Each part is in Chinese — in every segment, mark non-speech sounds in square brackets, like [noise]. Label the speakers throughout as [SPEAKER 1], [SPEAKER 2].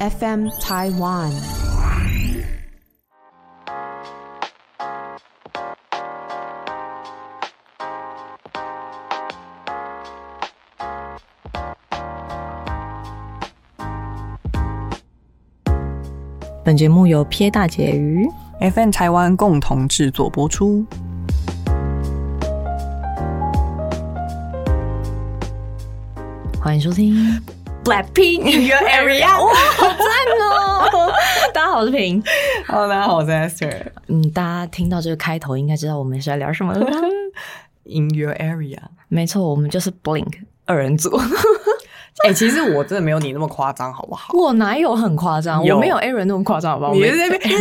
[SPEAKER 1] FM Taiwan。
[SPEAKER 2] 本节目由撇大姐鱼
[SPEAKER 3] FN 台湾共同制作播出。
[SPEAKER 2] 欢迎收听 Blackpink in Your Area，哇、 [laughs] 好赞哦！ [laughs] 大家好，我是平。
[SPEAKER 3] Hello，大家好，我是 Esther。
[SPEAKER 2] 嗯，大家听到这个开头，应该知道我们是在聊什么了 [laughs] 吧？
[SPEAKER 3] In your area，
[SPEAKER 2] 没错，我们就是 Blink 二人 [laughs] 组。
[SPEAKER 3] 哎、其实我真的没有你那么夸张，好不好？
[SPEAKER 2] 我哪有很夸张？
[SPEAKER 3] 有
[SPEAKER 2] 我没有 Aaron 那么夸张，好不好？
[SPEAKER 3] 你
[SPEAKER 2] 我
[SPEAKER 3] 在
[SPEAKER 2] 们 [laughs]
[SPEAKER 3] 那边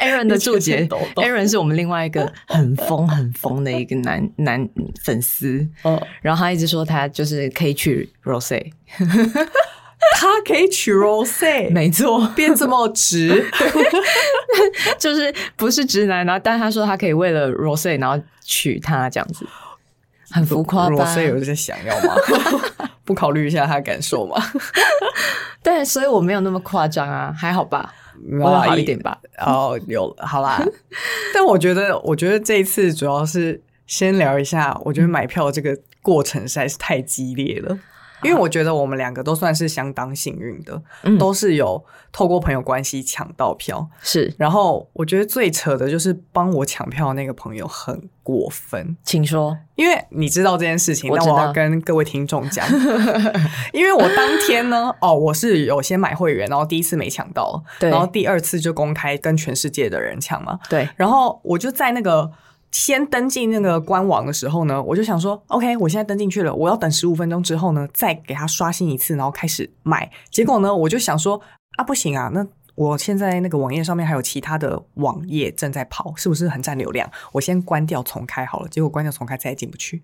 [SPEAKER 2] Aaron 的注解
[SPEAKER 3] 你在抖动
[SPEAKER 2] ，Aaron 是我们另外一个很疯很疯的一个男男粉丝，
[SPEAKER 3] 哦，
[SPEAKER 2] 然后他一直说他就是可以去 Rose，
[SPEAKER 3] 他可以取 Rose，
[SPEAKER 2] 没错。
[SPEAKER 3] 变这么直，
[SPEAKER 2] 就是不是直男，然后但他说他可以为了 Rose 然后娶她这样子，很 [laughs] 浮夸吧
[SPEAKER 3] Rose？有这些想要
[SPEAKER 2] [laughs]
[SPEAKER 3] 吗？不考虑一下他的感受吗？
[SPEAKER 2] 对，所以我没有那么夸张啊，还好吧，
[SPEAKER 3] [laughs] 我
[SPEAKER 2] 我有啊好一点吧。
[SPEAKER 3] 哦，有了好啦。但我觉得，我觉得这一次主要是先聊一下，我觉得买票这个过程实在是太激烈了。因为我觉得我们两个都算是相当幸运的，
[SPEAKER 2] 嗯
[SPEAKER 3] 都是有透过朋友关系抢到票。
[SPEAKER 2] 是，
[SPEAKER 3] 然后我觉得最扯的就是帮我抢票的那个朋友很过分，
[SPEAKER 2] 请说。
[SPEAKER 3] 因为你知道这件事情，
[SPEAKER 2] 我
[SPEAKER 3] 但
[SPEAKER 2] 知道
[SPEAKER 3] 我要跟各位听众讲， [laughs] 因为我当天呢，哦，我是有先买会员，然后第一次没抢到，
[SPEAKER 2] 对
[SPEAKER 3] 然后第二次就公开跟全世界的人抢嘛，
[SPEAKER 2] 对，
[SPEAKER 3] 然后我就在那个。先登进那个官网的时候呢，我就想说，OK，我现在登进去了，我要等十五分钟之后呢，再给它刷新一次，然后开始买。结果呢，我就想说，啊，不行啊，那我现在那个网页上面还有其他的网页正在跑，是不是很占流量？我先关掉重开好了。结果关掉重开，再也进不去。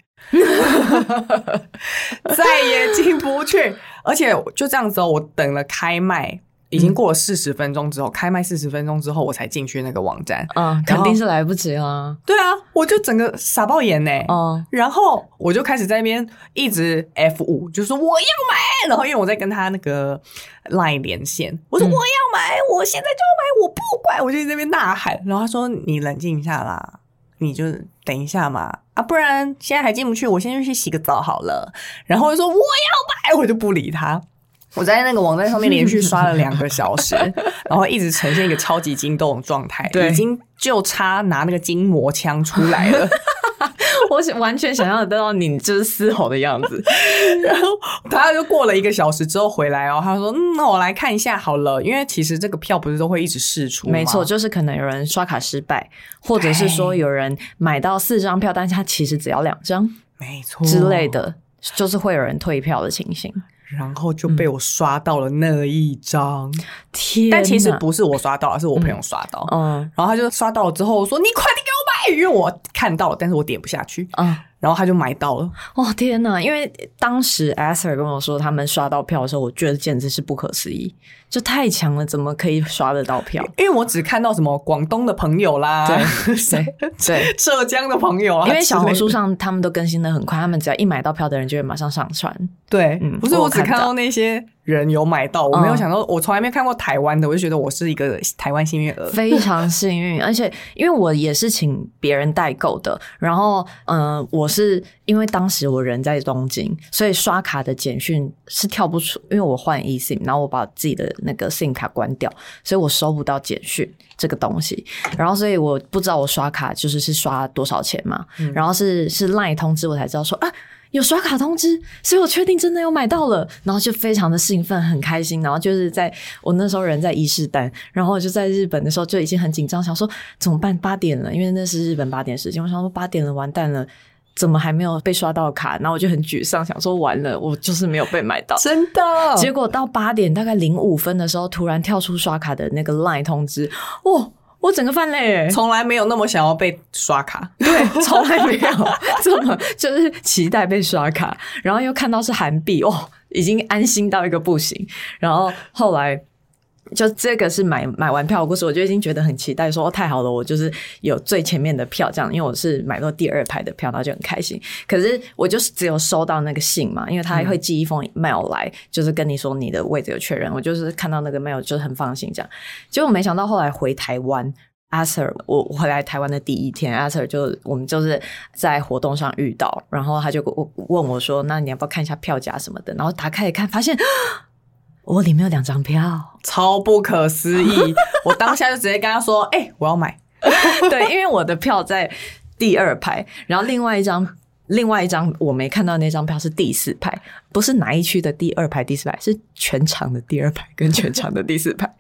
[SPEAKER 3] 再也进不去。而且就这样子哦，我等了开卖，已经过了四十分钟之后，开卖四十分钟之后，我才进去那个网站。
[SPEAKER 2] 嗯，
[SPEAKER 3] 然
[SPEAKER 2] 肯
[SPEAKER 3] 后
[SPEAKER 2] 定是来不及啦。
[SPEAKER 3] 对啊，我就整个傻爆眼呢、
[SPEAKER 2] 哦，
[SPEAKER 3] 然后我就开始在那边一直 F 五，就说我要买。然后因为我在跟他那个 Line 连线，我说
[SPEAKER 2] 嗯
[SPEAKER 3] 我要买，我现在就要买，我不管，我就在那边呐喊。然后他说你冷静一下啦，你就等一下嘛，啊，不然现在还进不去，我先去洗个澡好了。然后我就说我要买，我就不理他。我在那个网站上面连续刷了两个
[SPEAKER 2] [laughs]
[SPEAKER 3] 小时，然后一直呈现一个超级惊动的状态，
[SPEAKER 2] 对
[SPEAKER 3] 已经就差拿那个筋膜枪出来了。
[SPEAKER 2] 我是完全想象得到你就是嘶吼的样子。
[SPEAKER 3] 然后 [laughs] 他就过了一个小时之后回来哦，他说：“嗯，那我来看一下好了，因为其实这个票不是都会一直试出吗
[SPEAKER 2] 没错，就是可能有人刷卡失败，或者是说有人买到四张票，但是他其实只要两张
[SPEAKER 3] 没错
[SPEAKER 2] 之类。的，就是会有人退票的情形。”
[SPEAKER 3] 然后就被我刷到了那一张，
[SPEAKER 2] 天哪，
[SPEAKER 3] 但其实不是我刷到，而是我朋友刷到。
[SPEAKER 2] 嗯，
[SPEAKER 3] 然后他就刷到了之后，我说：“你快点给我买，因为我看到了，但是我点不下去。
[SPEAKER 2] 嗯”
[SPEAKER 3] 然后他就买到了，
[SPEAKER 2] 哦天呐！因为当时 Acer 跟我说他们刷到票的时候，我觉得简直是不可思议，就太强了，怎么可以刷得到票？
[SPEAKER 3] 因为我只看到什么广东的朋友啦，
[SPEAKER 2] 对对，
[SPEAKER 3] [laughs] 浙江的朋友啊，
[SPEAKER 2] 因为小红书
[SPEAKER 3] 之类的
[SPEAKER 2] 上他们都更新的很快，他们只要一买到票的人就会马上上传。
[SPEAKER 3] 对，
[SPEAKER 2] 嗯
[SPEAKER 3] 不是
[SPEAKER 2] 我
[SPEAKER 3] 我
[SPEAKER 2] 有
[SPEAKER 3] 只
[SPEAKER 2] 看
[SPEAKER 3] 看
[SPEAKER 2] 到
[SPEAKER 3] 到那些人有买到，我没有
[SPEAKER 2] 嗯
[SPEAKER 3] 想到，我从来没看过台湾的，我就觉得我是一个台湾幸
[SPEAKER 2] [laughs]
[SPEAKER 3] 运儿。
[SPEAKER 2] 非常幸运，而且因为我也是请别人代购的，然后嗯、呃我是因为当时我人在东京，所以刷卡的简讯是跳不出，因为我换 eSIM，然后我把自己的那个 SIM 卡关掉，所以我收不到简讯这个东西，然后所以我不知道我刷卡就是是刷多少钱嘛，然后是是 LINE 通知我才知道说啊。有刷卡通知，所以我确定真的有买到了，然后就非常的兴奋，很开心。然后就是在我那时候人在伊势丹，然后我就在日本的时候就已经很紧张，想说怎么办？八点了，因为那是日本八点时间，我想说八点了，完蛋了。怎么还没有被刷到卡？然后我就很沮丧，想说完了，我就是没有被买到。
[SPEAKER 3] 真的，
[SPEAKER 2] 结果到八点大概零五分的时候，突然跳出刷卡的那个 LINE 通知，哦，我整个翻嘞、
[SPEAKER 3] 从来没有那么想要被刷卡。
[SPEAKER 2] 对， [laughs] 从来没有这么就是期待被刷卡，然后又看到是韩币，哦，已经安心到一个不行。然后后来就这个是买买完票的故事，我就已经觉得很期待说，哦太好了，我就是有最前面的票这样，因为我是买到第二排的票，然后就很开心。可是我就是只有收到那个信嘛，因为他还会寄一封 mail 来，就是跟你说你的位置有确认。我就是看到那个 mail 就是很放心这样，结果没想到后来回台湾。阿 Sir，我我回来台湾的第一天，阿 Sir 就我们就是在活动上遇到，然后他就跟我问我说：“那你要不要看一下票价什么的？”然后打开一看，发现 [gasps] 我里面有两张票。
[SPEAKER 3] 超不可思议！ [laughs] 我当下就直接跟他说：“哎、我要买。
[SPEAKER 2] [laughs] 对，因为我的票在第二排，然后另外一张另外一张我没看到那张票是第四排，不是哪一区的第二排、第四排，是全场的第二排跟全场的第四排，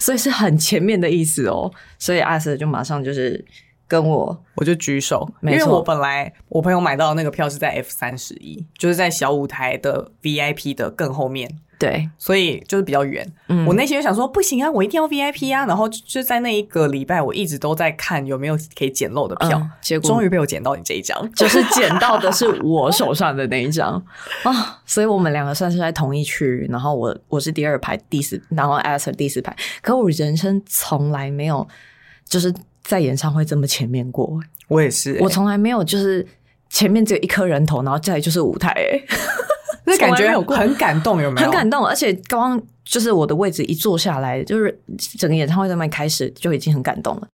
[SPEAKER 2] 所以是很前面的意思哦。所以阿 Sir 就马上就是跟我”
[SPEAKER 3] 我就举手，因
[SPEAKER 2] 没错
[SPEAKER 3] 为我本来我朋友买到的那个票是在 F 三十一，就是在小舞台的 VIP 的更后面，
[SPEAKER 2] 对，
[SPEAKER 3] 所以就是比较远。
[SPEAKER 2] 嗯
[SPEAKER 3] 我内心就想说，不行啊，我一定要 VIP 啊！然后就就在那一个礼拜，我一直都在看有没有可以捡漏的票，
[SPEAKER 2] 嗯结果
[SPEAKER 3] 终于被我捡到你这一张。
[SPEAKER 2] [laughs] 就是捡到的是我手上的那一张 [laughs] 啊，所以我们两个算是在同一区域，然后我我是第二排第四，然后 a s 第四排，可我人生从来没有就是在演唱会这么前面过，
[SPEAKER 3] 我也是、欸
[SPEAKER 2] 我从来没有就是前面只有一颗人头，然后再来就是舞台、欸， [laughs]
[SPEAKER 3] 那感
[SPEAKER 2] 从来
[SPEAKER 3] 觉
[SPEAKER 2] 没有过
[SPEAKER 3] 很感动，有没有？
[SPEAKER 2] 很感动，而且刚刚就是我的位置一坐下来，就是整个演唱会在那开始就已经很感动了。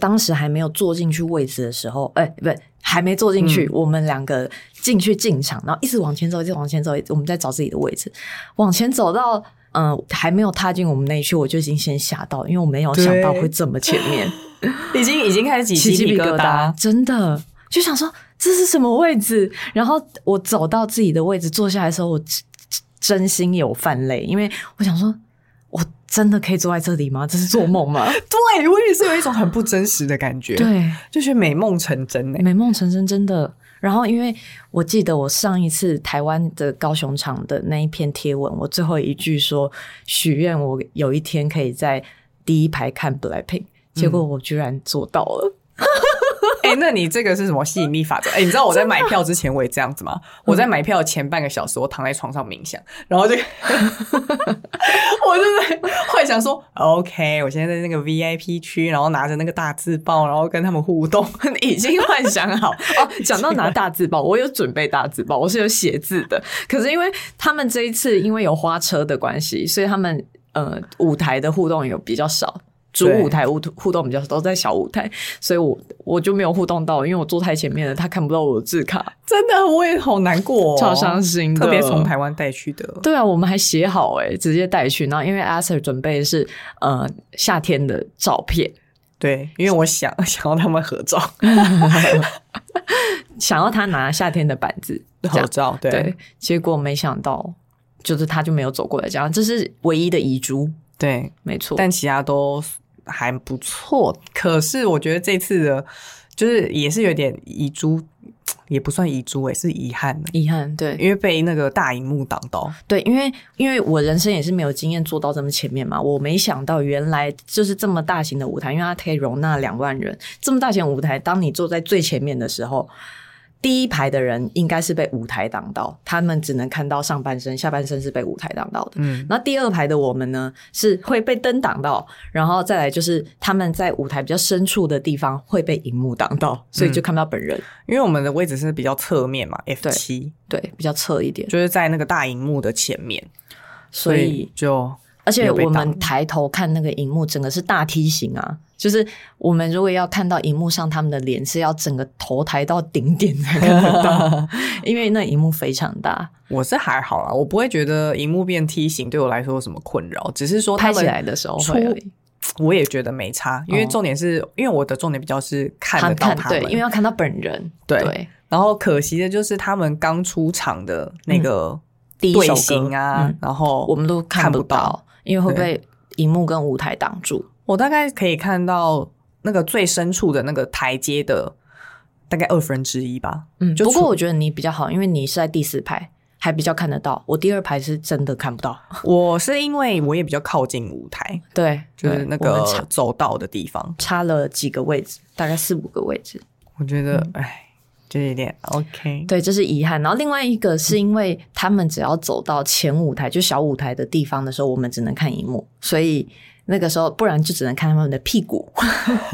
[SPEAKER 2] 当时还没有坐进去位置的时候，哎、不对，还没坐进
[SPEAKER 3] 嗯
[SPEAKER 2] 去，我们两个进去进场，然后一直往前走，一直往前走，一直我们在找自己的位置，往前走到嗯、呃还没有踏进我们那一区，我就已经先吓到，因为我没有想到
[SPEAKER 3] 对
[SPEAKER 2] 会这么前面。
[SPEAKER 3] 已经已经开始起
[SPEAKER 2] 起
[SPEAKER 3] 鸡皮疙瘩。
[SPEAKER 2] 真的就想说这是什么位置？然后我走到自己的位置坐下来的时候，我真真心有泛泪，因为我想说，我真的可以坐在这里吗？这是做梦
[SPEAKER 3] [laughs]
[SPEAKER 2] 吗？
[SPEAKER 3] 对，我也是有一种很不真实的感觉，，
[SPEAKER 2] 对，
[SPEAKER 3] 就是美梦成真呢、欸
[SPEAKER 2] [laughs] 美梦成真，真的。然后，因为我记得我上一次台湾的高雄场的那一篇贴文，我最后一句说许愿我有一天可以在第一排看 BLACKPINK，结
[SPEAKER 3] 嗯
[SPEAKER 2] 果我居然做到了。
[SPEAKER 3] 哎、那你这个是什么吸引力法则？哎、你知道我在买票之前我也这样子
[SPEAKER 2] 嗯
[SPEAKER 3] 吗？我在买票前半个小时，我躺在床上冥想，然后就， [laughs] 我就在幻想说，OK，我现在在那个 VIP 区，然后拿着那个大字报，然后跟他们互动， [laughs] 已经幻想
[SPEAKER 2] [laughs]
[SPEAKER 3] 好。
[SPEAKER 2] 哦，讲到拿大字报，我有准备大字报，我是有写字的。可是因为他们这一次因为有花车的关系，所以他们呃舞台的互动有比较少，主
[SPEAKER 3] 对
[SPEAKER 2] 舞台互互动比较少，都在小舞台，所以我我就没有互动到，因为我坐太前面了，他看不到我的字卡，
[SPEAKER 3] 真的，我也好难过、哦，
[SPEAKER 2] 超伤心的。
[SPEAKER 3] 特别从台湾带去的。
[SPEAKER 2] 对啊，我们还写好哎、直接带去。然后因为阿 Sir 准备的是呃夏天的照片，
[SPEAKER 3] 对，因为我想 [laughs] 想要他们合照，
[SPEAKER 2] [laughs] 想要他拿夏天的板子这
[SPEAKER 3] 合
[SPEAKER 2] 样
[SPEAKER 3] 照对。
[SPEAKER 2] 对，结果没想到，就是他就没有走过来，这样这是唯一的遗珠，
[SPEAKER 3] 对
[SPEAKER 2] 没错。
[SPEAKER 3] 但其他都还不错。可是我觉得这次的，就是也是有点遗珠，也不算遗珠欸诶、是遗憾的，
[SPEAKER 2] 遗憾，对
[SPEAKER 3] 因为被那个大荧幕挡到。
[SPEAKER 2] 对，因为因为我人生也是没有经验做到这么前面嘛，我没想到原来就是这么大型的舞台，因为它可以容纳两万人，这么大型的舞台，当你坐在最前面的时候，第一排的人应该是被舞台挡到，他们只能看到上半身，下半身是被舞台挡到的。
[SPEAKER 3] 嗯，
[SPEAKER 2] 那第二排的我们呢，是会被灯挡到，然后再来就是他们在舞台比较深处的地方会被荧幕挡
[SPEAKER 3] 嗯
[SPEAKER 2] 到，所以就看不到本人，
[SPEAKER 3] 因为我们的位置是比较侧面嘛，F 七
[SPEAKER 2] 对，比较侧一点。
[SPEAKER 3] 就是在那个大荧幕的前面，
[SPEAKER 2] 所
[SPEAKER 3] 所
[SPEAKER 2] 以
[SPEAKER 3] 以，就
[SPEAKER 2] 而且
[SPEAKER 3] 有被
[SPEAKER 2] 我
[SPEAKER 3] 挡
[SPEAKER 2] 们抬头看那个荧幕，整个是大梯形啊，就是我们如果要看到荧幕上他们的脸，是要整个头抬到顶点才看得
[SPEAKER 3] [laughs]
[SPEAKER 2] 到，因为那荧幕非常大，
[SPEAKER 3] 我是还好啦，我不会觉得荧幕变梯形对我来说有什么困扰，只是哦说他
[SPEAKER 2] 拍
[SPEAKER 3] 们
[SPEAKER 2] 起来的时候会而已
[SPEAKER 3] 我也觉得没差，因为重点是、因为我的重点比较是看得到
[SPEAKER 2] 哦看
[SPEAKER 3] 他
[SPEAKER 2] 对
[SPEAKER 3] 们，，
[SPEAKER 2] 因为要看到本人，
[SPEAKER 3] 对
[SPEAKER 2] 对，
[SPEAKER 3] 然后可惜的就是他们刚出场的那个
[SPEAKER 2] 嗯第一首
[SPEAKER 3] 队
[SPEAKER 2] 歌
[SPEAKER 3] 形啊，
[SPEAKER 2] 嗯
[SPEAKER 3] 然后
[SPEAKER 2] 我们都看
[SPEAKER 3] 看
[SPEAKER 2] 不
[SPEAKER 3] 不到
[SPEAKER 2] 到，因为会被荧幕跟舞台挡住。
[SPEAKER 3] 我大概可以看到那个最深处的那个台阶的大概二分之一吧。
[SPEAKER 2] 嗯，
[SPEAKER 3] 就
[SPEAKER 2] 不过
[SPEAKER 3] 除
[SPEAKER 2] 我觉得你比较好，因为你是在第四排，还比较看得到。我第二排是真的看不
[SPEAKER 3] [laughs]
[SPEAKER 2] 到。
[SPEAKER 3] 我是因为我也比较靠近舞台，
[SPEAKER 2] 对，
[SPEAKER 3] 就是
[SPEAKER 2] 对
[SPEAKER 3] 那
[SPEAKER 2] 我
[SPEAKER 3] 个
[SPEAKER 2] 们差
[SPEAKER 3] 走道的地方，
[SPEAKER 2] 差了几个位置，大概四五个位置。
[SPEAKER 3] 我觉得哎。这一点 OK。
[SPEAKER 2] 对，这是遗憾。然后另外一个是因为他们只要走到前舞台，就小舞台的地方的时候，我们只能看荧幕，所以那个时候不然就只能看他们的屁股。
[SPEAKER 3] [laughs]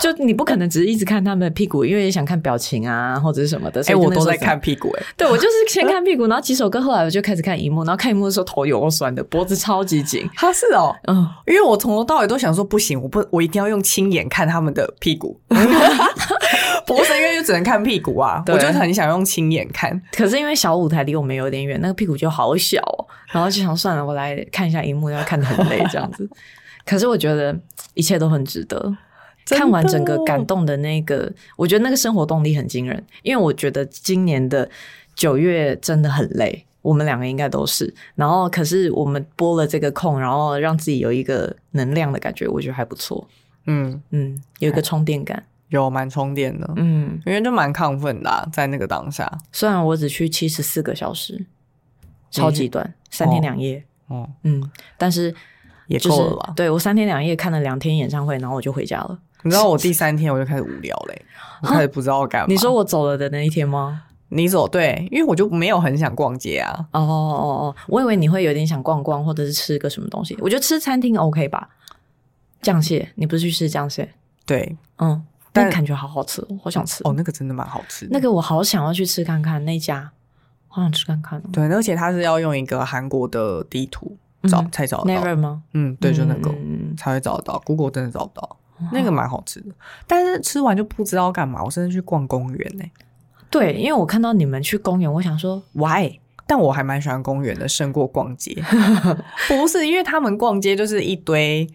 [SPEAKER 2] 就你不可能只是一直看他们的屁股，因为也想看表情啊或者是什么的。
[SPEAKER 3] 哎、
[SPEAKER 2] 所以就
[SPEAKER 3] 我
[SPEAKER 2] 那时
[SPEAKER 3] 都
[SPEAKER 2] 候
[SPEAKER 3] 在
[SPEAKER 2] 只能
[SPEAKER 3] 看。屁股哎、
[SPEAKER 2] 对，我就是先看屁股，然后几首歌，后来我就开始看荧幕，然后看荧幕的时候头有够酸的，脖子超级紧。
[SPEAKER 3] 他是哦，
[SPEAKER 2] 嗯，
[SPEAKER 3] 因为我从头到尾都想说不行，我不，我一定要用亲眼看他们的屁 [laughs] 股。博士因为就只能看屁股 [laughs] 啊，
[SPEAKER 2] 对
[SPEAKER 3] 我就很想用亲眼看。
[SPEAKER 2] 可是因为小舞台离我们有点远，那个屁股就好小哦，然后就想算了，我来看一下荧幕，要看得很累这样子。可是我觉得一切都很值得，
[SPEAKER 3] 真的哦
[SPEAKER 2] 看完整个感动的那个，我觉得那个生活动力很惊人。因为我觉得今年的九月真的很累，我们两个应该都是。然后可是我们拨了这个空，然后让自己有一个能量的感觉，我觉得还不错。
[SPEAKER 3] 嗯，
[SPEAKER 2] 嗯，有一个充电感。
[SPEAKER 3] 有蛮充电的，
[SPEAKER 2] 嗯，
[SPEAKER 3] 因为就蛮亢奋的啊、在那个当下。
[SPEAKER 2] 虽然我只去七十四个小时，超级短，三天两夜。
[SPEAKER 3] 哦，
[SPEAKER 2] 嗯，但是
[SPEAKER 3] 也
[SPEAKER 2] 就
[SPEAKER 3] 够了
[SPEAKER 2] 是
[SPEAKER 3] 吧？
[SPEAKER 2] 对我三天两夜看了两天演唱会，然后我就回家了。
[SPEAKER 3] 你知道我第三天我就开始无聊嘞、我开始不知道干嘛。
[SPEAKER 2] 你说我走了的那一天吗？
[SPEAKER 3] 你走对，因为我就没有很想逛街啊。
[SPEAKER 2] 哦哦哦，我以为你会有点想逛逛，或者是吃个什么东西。我觉得吃餐厅 OK 吧？酱蟹，你不是去吃酱蟹？
[SPEAKER 3] 对，
[SPEAKER 2] 嗯，
[SPEAKER 3] 但
[SPEAKER 2] 但感觉好好吃，我好想吃。
[SPEAKER 3] 哦，那个真的蛮好吃的。
[SPEAKER 2] 那个我好想要去吃看看那家，好想吃看看、哦。
[SPEAKER 3] 对，而且它是要用一个韩国的地图
[SPEAKER 2] 嗯
[SPEAKER 3] 找、才找得到。
[SPEAKER 2] Never 吗？
[SPEAKER 3] 嗯，对，就那个、
[SPEAKER 2] 嗯嗯
[SPEAKER 3] 才会找得到，Google 真的找不到。
[SPEAKER 2] 哦
[SPEAKER 3] 那个蛮好吃的，但是吃完就不知道干嘛。我甚至去逛公园呢、
[SPEAKER 2] 对，因为我看到你们去公园，我想说 Why？
[SPEAKER 3] 但我还蛮喜欢公园的，胜过逛街。
[SPEAKER 2] [laughs]
[SPEAKER 3] 不是因为他们逛街就是一堆，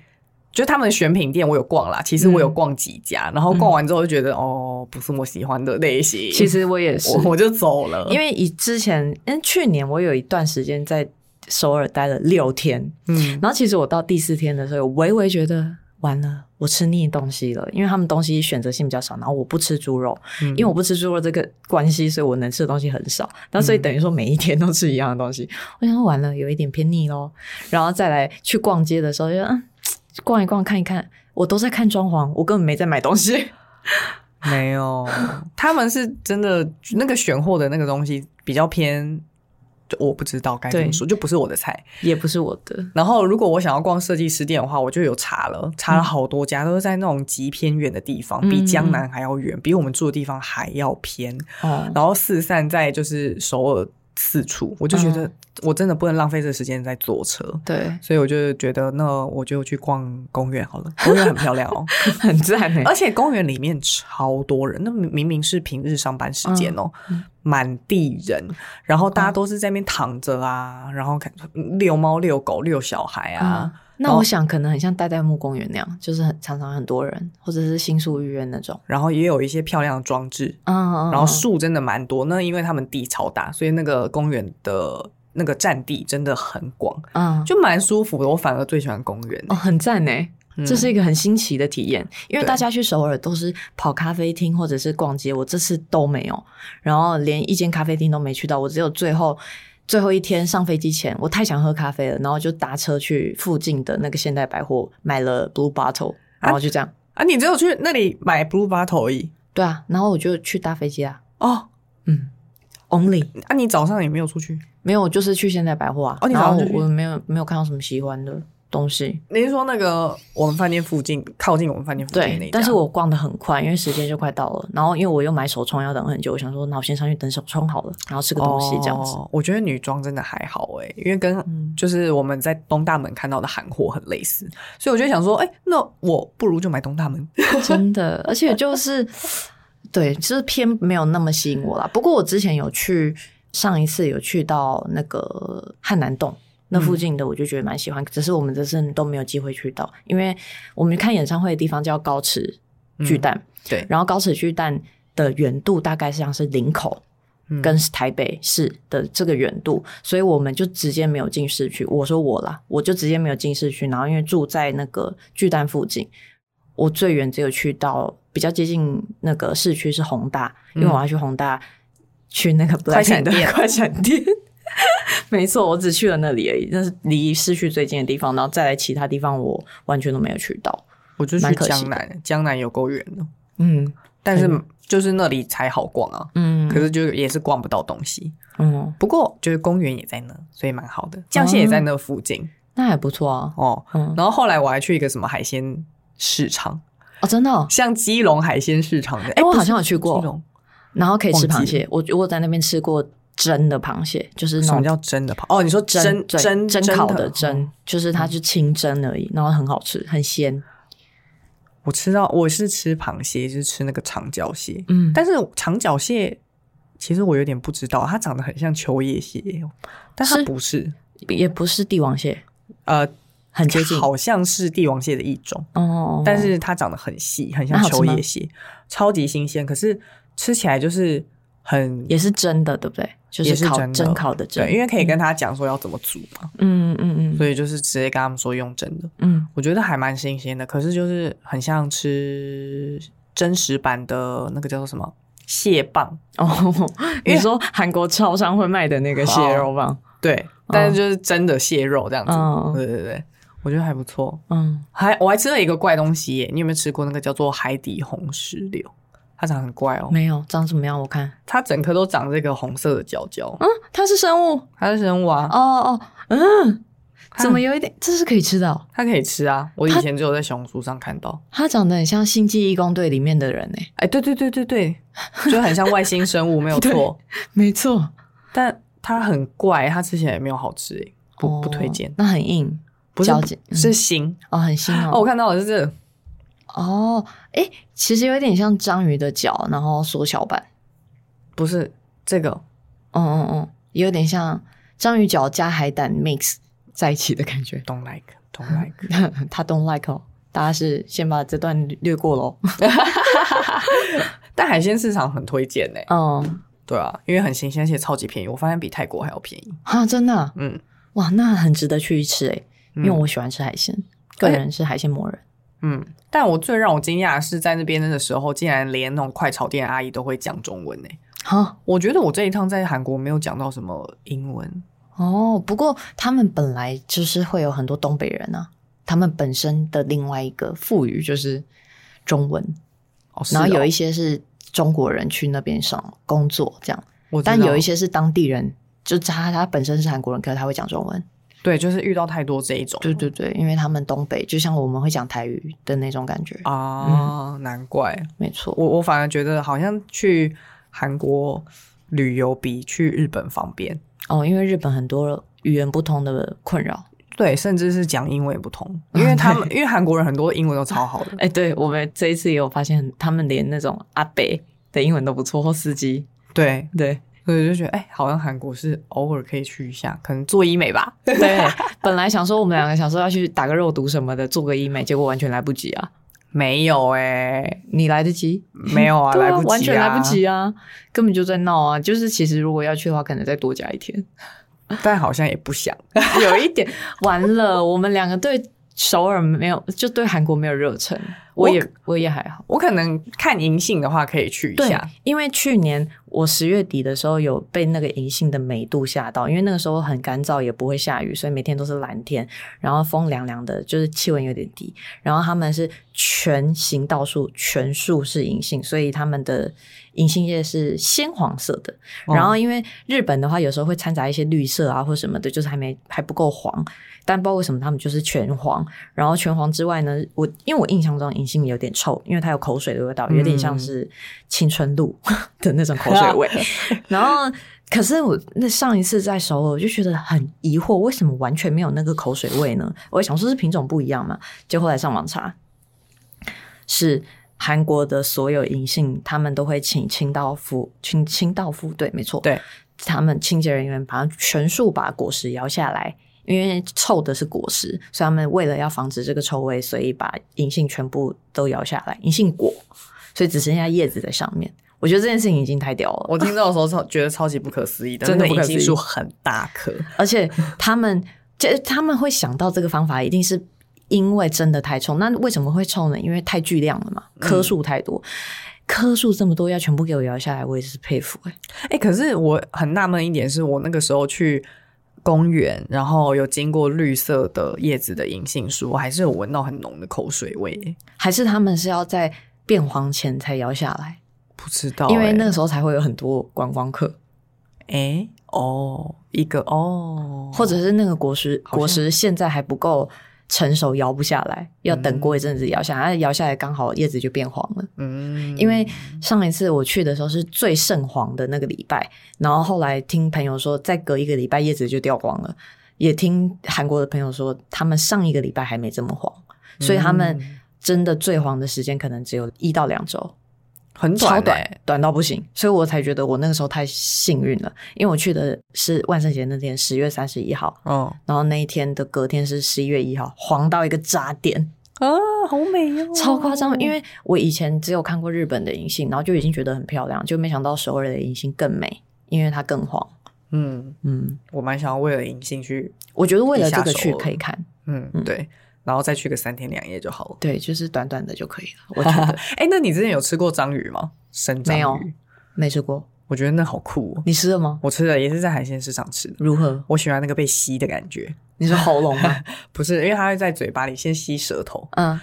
[SPEAKER 3] 就他们的选品店我有逛啦，其实我有
[SPEAKER 2] 嗯
[SPEAKER 3] 逛几家，然后逛完之后就觉得、哦，不是我喜欢的类型，
[SPEAKER 2] 其实我也是，
[SPEAKER 3] 我我就走了。
[SPEAKER 2] 因为以之前，嗯，去年我有一段时间在首尔待了六天，
[SPEAKER 3] 嗯，
[SPEAKER 2] 然后其实我到第四天的时候，我微微觉得完了，我吃腻东西了，因为他们东西选择性比较少，然后我不吃猪
[SPEAKER 3] 嗯
[SPEAKER 2] 肉，因为我不吃猪肉这个关系，所以我能吃的东西很少，那
[SPEAKER 3] 嗯
[SPEAKER 2] 所以等于说每一天都吃一样的东西，我想说完了，有一点偏腻咯。然后再来去逛街的时候就，嗯，逛一逛看一看，我都在看装潢，我根本没在买东西。
[SPEAKER 3] 没
[SPEAKER 2] [laughs]
[SPEAKER 3] 有，他们是真的那个选货的那个东西比较偏，就我不知道该怎么
[SPEAKER 2] 对
[SPEAKER 3] 说，就不是我的菜。
[SPEAKER 2] 也不是我的，
[SPEAKER 3] 然后，如果我想要逛设计师店的话，我就有查了，查了好多家，都是在那种极偏远的地方，比
[SPEAKER 2] 嗯
[SPEAKER 3] 江南还要远，比我们住的地方还要偏，
[SPEAKER 2] 哦，
[SPEAKER 3] 然后四散在就是首尔四处，我就觉
[SPEAKER 2] 嗯
[SPEAKER 3] 得我真的不能浪费这时间在坐车，
[SPEAKER 2] [laughs] 对，
[SPEAKER 3] 所以我就觉得那我就去逛公园好了， [laughs] 公园很漂亮
[SPEAKER 2] [laughs]
[SPEAKER 3] 哦，
[SPEAKER 2] 很赞诶、
[SPEAKER 3] 而且公园里面超多人，那明明明是平日上班时间哦、
[SPEAKER 2] 嗯
[SPEAKER 3] 满地人，然后大家都是在那边躺着啊，然后看遛猫、遛狗、遛小孩啊。
[SPEAKER 2] 啊。那我想可能很像代代木公园那样，就是很常常很多人，或者是新宿御苑那种。
[SPEAKER 3] 然后也有一些漂亮的装置，
[SPEAKER 2] 嗯嗯。
[SPEAKER 3] 然后树真的蛮多。那因为他们地超大，所以那个公园的那个占地真的很广，
[SPEAKER 2] 嗯，就
[SPEAKER 3] 就蛮舒服的。我反而最喜欢公园。
[SPEAKER 2] 哦，很赞呢。
[SPEAKER 3] 嗯
[SPEAKER 2] 这是一个很新奇的体验，因为
[SPEAKER 3] 对
[SPEAKER 2] 大家去首尔都是跑咖啡厅或者是逛街，我这次都没有，然后连一间咖啡厅都没去到，我只有最后最后一天上飞机前，我太想喝咖啡了，然后就搭车去附近的那个现代百货买了 Blue Bottle，然后就这样，
[SPEAKER 3] 啊，你只有去那里买 Blue Bottle 而已
[SPEAKER 2] 对啊，然后我就去搭飞机啊，
[SPEAKER 3] 哦。
[SPEAKER 2] 嗯，Only。
[SPEAKER 3] 啊，你早上也没有出去？
[SPEAKER 2] 没有，我就是去现代百货啊。
[SPEAKER 3] 哦你
[SPEAKER 2] 然
[SPEAKER 3] 早上
[SPEAKER 2] 后
[SPEAKER 3] 就去
[SPEAKER 2] 我我没有没有看到什么喜欢的东西，
[SPEAKER 3] 你是说那个我们饭店附近，靠近我们饭店附近的那
[SPEAKER 2] 对
[SPEAKER 3] 一。家
[SPEAKER 2] 但是我逛的很快，因为时间就快到了。然后因为我又买手冲要等很久，我想说那我先上去等手冲好了，然后吃个东西这样子。嗯
[SPEAKER 3] 哦我觉得女装真的还好哎、因为跟就是我们在东大门看到的韩货很类似，所以我就想说，哎、那我不如就买东大门。
[SPEAKER 2] 真的，而且就是对，就是偏没有那么吸引我啦。不过我之前有去，上一次有去到那个汉南洞。那附近的我就觉得蛮喜欢，只是我们这次都没有机会去到，因为我们看演唱会的地方叫高池巨蛋，
[SPEAKER 3] 对，
[SPEAKER 2] 然后高尺巨蛋的圆度大概像是林口
[SPEAKER 3] 嗯
[SPEAKER 2] 跟台北市的这个圆度，所以我们就直接没有进市区。我说我啦，我就直接没有进市区，然后因为住在那个巨蛋附近，我最远只有去到比较接近那个市区是宏大，因为我要去宏大去那个 Black
[SPEAKER 3] 嗯 [laughs] 快闪
[SPEAKER 2] Hand 的
[SPEAKER 3] 店
[SPEAKER 2] [laughs] 快闪店。没错，我只去了那里而已，那是离市区最近的地方，然后再来其他地方我完全都没有去到。
[SPEAKER 3] 我就
[SPEAKER 2] 蛮
[SPEAKER 3] 去
[SPEAKER 2] 可惜
[SPEAKER 3] 江南，江南有够远的。
[SPEAKER 2] 嗯，
[SPEAKER 3] 但是就是那里才好逛啊。
[SPEAKER 2] 嗯，
[SPEAKER 3] 可是就也是逛不到东西，
[SPEAKER 2] 嗯，
[SPEAKER 3] 不过就是公园也在那，所以蛮好的。酱蟹也
[SPEAKER 2] 哦
[SPEAKER 3] 在那附近
[SPEAKER 2] 那还不错啊。
[SPEAKER 3] 哦。
[SPEAKER 2] 嗯，
[SPEAKER 3] 然后后来我还去一个什么海鲜市场，
[SPEAKER 2] 哦，真的哦、
[SPEAKER 3] 像基隆海鲜市场的，哎、
[SPEAKER 2] 我
[SPEAKER 3] 不是
[SPEAKER 2] 好像有去过
[SPEAKER 3] 基隆
[SPEAKER 2] 然后可以吃
[SPEAKER 3] 忘
[SPEAKER 2] 螃
[SPEAKER 3] 记
[SPEAKER 2] 蟹，我我在那边吃过蒸的螃蟹，就是
[SPEAKER 3] 什
[SPEAKER 2] 那种
[SPEAKER 3] 么叫真的螃？哦，你说
[SPEAKER 2] 蒸
[SPEAKER 3] 蒸
[SPEAKER 2] 对
[SPEAKER 3] 蒸
[SPEAKER 2] 蒸烤的
[SPEAKER 3] 哦
[SPEAKER 2] 蒸，就是它就清蒸而已，然后很好吃，很鲜。
[SPEAKER 3] 我吃到我是吃螃蟹，就是吃那个长脚蟹，
[SPEAKER 2] 嗯，
[SPEAKER 3] 但是长脚蟹其实我有点不知道，它长得很像秋叶蟹，哦但它
[SPEAKER 2] 是
[SPEAKER 3] 不是，
[SPEAKER 2] 也不是帝王蟹，
[SPEAKER 3] 呃，
[SPEAKER 2] 很接近。哦
[SPEAKER 3] 好像是帝王蟹的一种，
[SPEAKER 2] 哦，哦
[SPEAKER 3] 但是它长得很细，很像
[SPEAKER 2] 那好吃
[SPEAKER 3] 秋
[SPEAKER 2] 吗
[SPEAKER 3] 叶蟹，超级新鲜，可是吃起来就是很。
[SPEAKER 2] 也是蒸的，对不对？就
[SPEAKER 3] 也是
[SPEAKER 2] 烤
[SPEAKER 3] 蒸的
[SPEAKER 2] 蒸烤的蒸
[SPEAKER 3] 对，。因为可以跟他讲说要怎么煮嘛，
[SPEAKER 2] 嗯嗯嗯
[SPEAKER 3] 所以就是直接跟他们说用蒸的。
[SPEAKER 2] 嗯
[SPEAKER 3] 我觉得还蛮新鲜的，可是就是很像吃真实版的那个叫做什么蟹棒，
[SPEAKER 2] 哦，
[SPEAKER 3] 因为
[SPEAKER 2] 你说韩国超商会卖的那个蟹肉棒，
[SPEAKER 3] 对，但是就是真的蟹肉这样子。
[SPEAKER 2] 嗯
[SPEAKER 3] 对对对，我觉得还不错。
[SPEAKER 2] 嗯，
[SPEAKER 3] 还我还吃了一个怪东西耶，你有没有吃过那个叫做海底红石榴？它长得很怪哦，
[SPEAKER 2] 没有长什么样？我看，
[SPEAKER 3] 它整颗都长这个红色的角角，
[SPEAKER 2] 嗯，它是生物，
[SPEAKER 3] 它是生物啊，
[SPEAKER 2] 哦哦，嗯，
[SPEAKER 3] 它
[SPEAKER 2] 怎么有一点？这是可以吃的哦，
[SPEAKER 3] 它可以吃啊？我以
[SPEAKER 2] 它
[SPEAKER 3] 前只有在小红书上看到。
[SPEAKER 2] 它长得很像《星际义工队》里面的人欸诶，
[SPEAKER 3] 哎，对对对对对，就很像外星生物，没
[SPEAKER 2] [laughs]
[SPEAKER 3] 有错。
[SPEAKER 2] 没错，
[SPEAKER 3] 但它很怪，它吃起来也没有好吃耶，不不推荐。
[SPEAKER 2] 那很硬
[SPEAKER 3] 哦不是
[SPEAKER 2] 交集哦嗯
[SPEAKER 3] 是心
[SPEAKER 2] 哦，很新
[SPEAKER 3] 哦，我
[SPEAKER 2] 哦。
[SPEAKER 3] 看到的是这个
[SPEAKER 2] 哦，诶，其实有点像章鱼的脚，然后缩小版，
[SPEAKER 3] 不是这个
[SPEAKER 2] 嗯嗯嗯，有点像章鱼脚加海胆 mix 在一起的感觉。
[SPEAKER 3] ，don't like don't like。
[SPEAKER 2] 他 don't like 哦，大家是先把这段略过
[SPEAKER 3] [laughs]
[SPEAKER 2] 喽。
[SPEAKER 3] [laughs] 但海鲜市场很推荐呢，欸
[SPEAKER 2] 嗯，
[SPEAKER 3] 对啊，因为很新鲜，而且超级便宜，我发现比泰国还要便宜。
[SPEAKER 2] 啊，真的啊、
[SPEAKER 3] 嗯，
[SPEAKER 2] 哇，那很值得去吃诶，
[SPEAKER 3] 嗯
[SPEAKER 2] 因为我喜欢吃海鲜，个人是海鲜魔人。
[SPEAKER 3] 嗯，但我最让我惊讶的是在那边的时候，竟然连那种快炒店的阿姨都会讲中文呢。欸
[SPEAKER 2] 好
[SPEAKER 3] 我觉得我这一趟在韩国没有讲到什么英文，
[SPEAKER 2] 哦，不过他们本来就是会有很多东北人啊，他们本身的另外一个赋予就是中文，
[SPEAKER 3] 哦，是
[SPEAKER 2] 然后
[SPEAKER 3] 哦
[SPEAKER 2] 有一些是中国人去那边上工作这样，
[SPEAKER 3] 我知道
[SPEAKER 2] 但有一些是当地人，就他他本身是韩国人，可是他会讲中文。
[SPEAKER 3] 对，就是遇到太多这一种
[SPEAKER 2] 对对对，因为他们东北就像我们会讲台语的那种感觉，嗯
[SPEAKER 3] 啊，难怪
[SPEAKER 2] 没错。
[SPEAKER 3] 我我反而觉得好像去韩国旅游比去日本方便。
[SPEAKER 2] 哦，因为日本很多语言不通的困扰。
[SPEAKER 3] 对，甚至是讲英文也
[SPEAKER 2] [laughs]
[SPEAKER 3] 不通，因为他们因为韩国人很多英文都超好的，
[SPEAKER 2] 哎、对我们这一次也有发现，他们连那种阿北的英文都不错，或司机。
[SPEAKER 3] 对，
[SPEAKER 2] 对
[SPEAKER 3] 所以我就觉得哎、好像韩国是偶尔可以去一下，可能做医美
[SPEAKER 2] [laughs]
[SPEAKER 3] 吧。
[SPEAKER 2] 对，本来想说我们两个想说要去打个肉毒什么的，做个医美，结果完全来不及啊！
[SPEAKER 3] 没有哎、
[SPEAKER 2] 你来得及？
[SPEAKER 3] 没有啊，
[SPEAKER 2] 对
[SPEAKER 3] 来
[SPEAKER 2] 啊
[SPEAKER 3] 不及、啊，
[SPEAKER 2] 完全来不。及啊！根本就在闹啊！就是其实如果要去的话，可能再多加一天。 [laughs]
[SPEAKER 3] 但好像也不想，
[SPEAKER 2] 有一点完了，我们两个对首尔没有，就对韩国没有热忱。我
[SPEAKER 3] 我
[SPEAKER 2] 也我也还好，
[SPEAKER 3] 我可能看银杏的话可以去一
[SPEAKER 2] 对
[SPEAKER 3] 下。，
[SPEAKER 2] 因为去年我十月底的时候有被那个银杏的美度吓到，因为那个时候很干燥，也不会下雨，所以每天都是蓝天，然后风凉凉的，就是气温有点低。然后他们是全行道树，全树是银杏，所以他们的银杏叶是鲜黄色的。
[SPEAKER 3] 哦
[SPEAKER 2] 然后因为日本的话，有时候会掺杂一些绿色啊或什么的，就是还没还不够黄，但不知道为什么他们就是全黄。然后全黄之外呢，我因为我印象中银杏有点臭，因为它有口水的味道，有点像是青春露 [laughs] 的那种口水味。 [laughs] 然后，可是我那上一次在首尔，我就觉得很疑惑，为什么完全没有那个口水味呢？我想说是品种不一样嘛，就后来上网查，是韩国的所有银杏，他们都会请清道夫，清清道夫，对，没错，
[SPEAKER 3] 对，
[SPEAKER 2] 他们清洁人员把全数把果实摇下来。因为臭的是果实，所以他们为了要防止这个臭味，所以把银杏全部都摇下来，银杏果，所以只剩下叶子在上面。我觉得这件事情已经太屌了。
[SPEAKER 3] [laughs] 我听到的时候超觉得超级不可思议的，
[SPEAKER 2] 真的
[SPEAKER 3] 那个
[SPEAKER 2] 不可
[SPEAKER 3] 银
[SPEAKER 2] 思议
[SPEAKER 3] 杏树很大棵，
[SPEAKER 2] 而且他们这他们会想到这个方法，一定是因为真的太臭。那为什么会臭呢？因为太巨量了嘛，
[SPEAKER 3] 嗯
[SPEAKER 2] 棵数太多，棵数这么多要全部给我摇下来，我也是佩服哎、
[SPEAKER 3] 哎、可是我很纳闷一点是，我那个时候去公园，然后有经过绿色的叶子的银杏树，我还是有闻到很浓的口水味。
[SPEAKER 2] 还是他们是要在变黄前才摇下来，
[SPEAKER 3] 不知道欸、
[SPEAKER 2] 因为那个时候才会有很多观光客，
[SPEAKER 3] 哎、哦，一个哦，
[SPEAKER 2] 或者是那个果实
[SPEAKER 3] 像
[SPEAKER 2] 果实现在还不够成熟，摇不下来，要等过一阵子摇下来，摇下来刚好叶子就变黄了。
[SPEAKER 3] 嗯
[SPEAKER 2] 因为上一次我去的时候是最盛黄的那个礼拜，然后后来听朋友说，再隔一个礼拜叶子就掉光了。也听韩国的朋友说，他们上一个礼拜还没这么黄，所以他们
[SPEAKER 3] 嗯
[SPEAKER 2] 真的最黄的时间可能只有一到两周，
[SPEAKER 3] 很短、
[SPEAKER 2] 超
[SPEAKER 3] 欸，
[SPEAKER 2] 短，短到不行。所以我才觉得我那个时候太幸运了，因为我去的是万圣节那天，十月三十一号，
[SPEAKER 3] 哦
[SPEAKER 2] 然后那一天的隔天是十一月一号，黄到一个炸点。
[SPEAKER 3] 啊，好美哦，
[SPEAKER 2] 超夸张，因为我以前只有看过日本的银杏，然后就已经觉得很漂亮，就没想到首尔的银杏更美，因为它更黄。
[SPEAKER 3] 嗯，
[SPEAKER 2] 嗯，
[SPEAKER 3] 我蛮想要为了银杏去，
[SPEAKER 2] 我觉得为了这
[SPEAKER 3] 一
[SPEAKER 2] 个
[SPEAKER 3] 下
[SPEAKER 2] 去
[SPEAKER 3] 首尔
[SPEAKER 2] 可以看，
[SPEAKER 3] 嗯，
[SPEAKER 2] 嗯
[SPEAKER 3] 对，然后再去个三天两夜就好了。
[SPEAKER 2] 对，就是短短的就可以了。我觉 [laughs] 得
[SPEAKER 3] 哎、那你之前有吃过章鱼吗？生章鱼
[SPEAKER 2] 没有没吃过，
[SPEAKER 3] 我觉得那好酷、哦。
[SPEAKER 2] 你吃了吗？
[SPEAKER 3] 我吃的也是在海鲜市场吃的，
[SPEAKER 2] 如何？
[SPEAKER 3] 我喜欢那个被吸的感觉，
[SPEAKER 2] 你是喉咙吗？
[SPEAKER 3] 不是因为它会在嘴巴里先吸舌头，
[SPEAKER 2] [laughs] 嗯，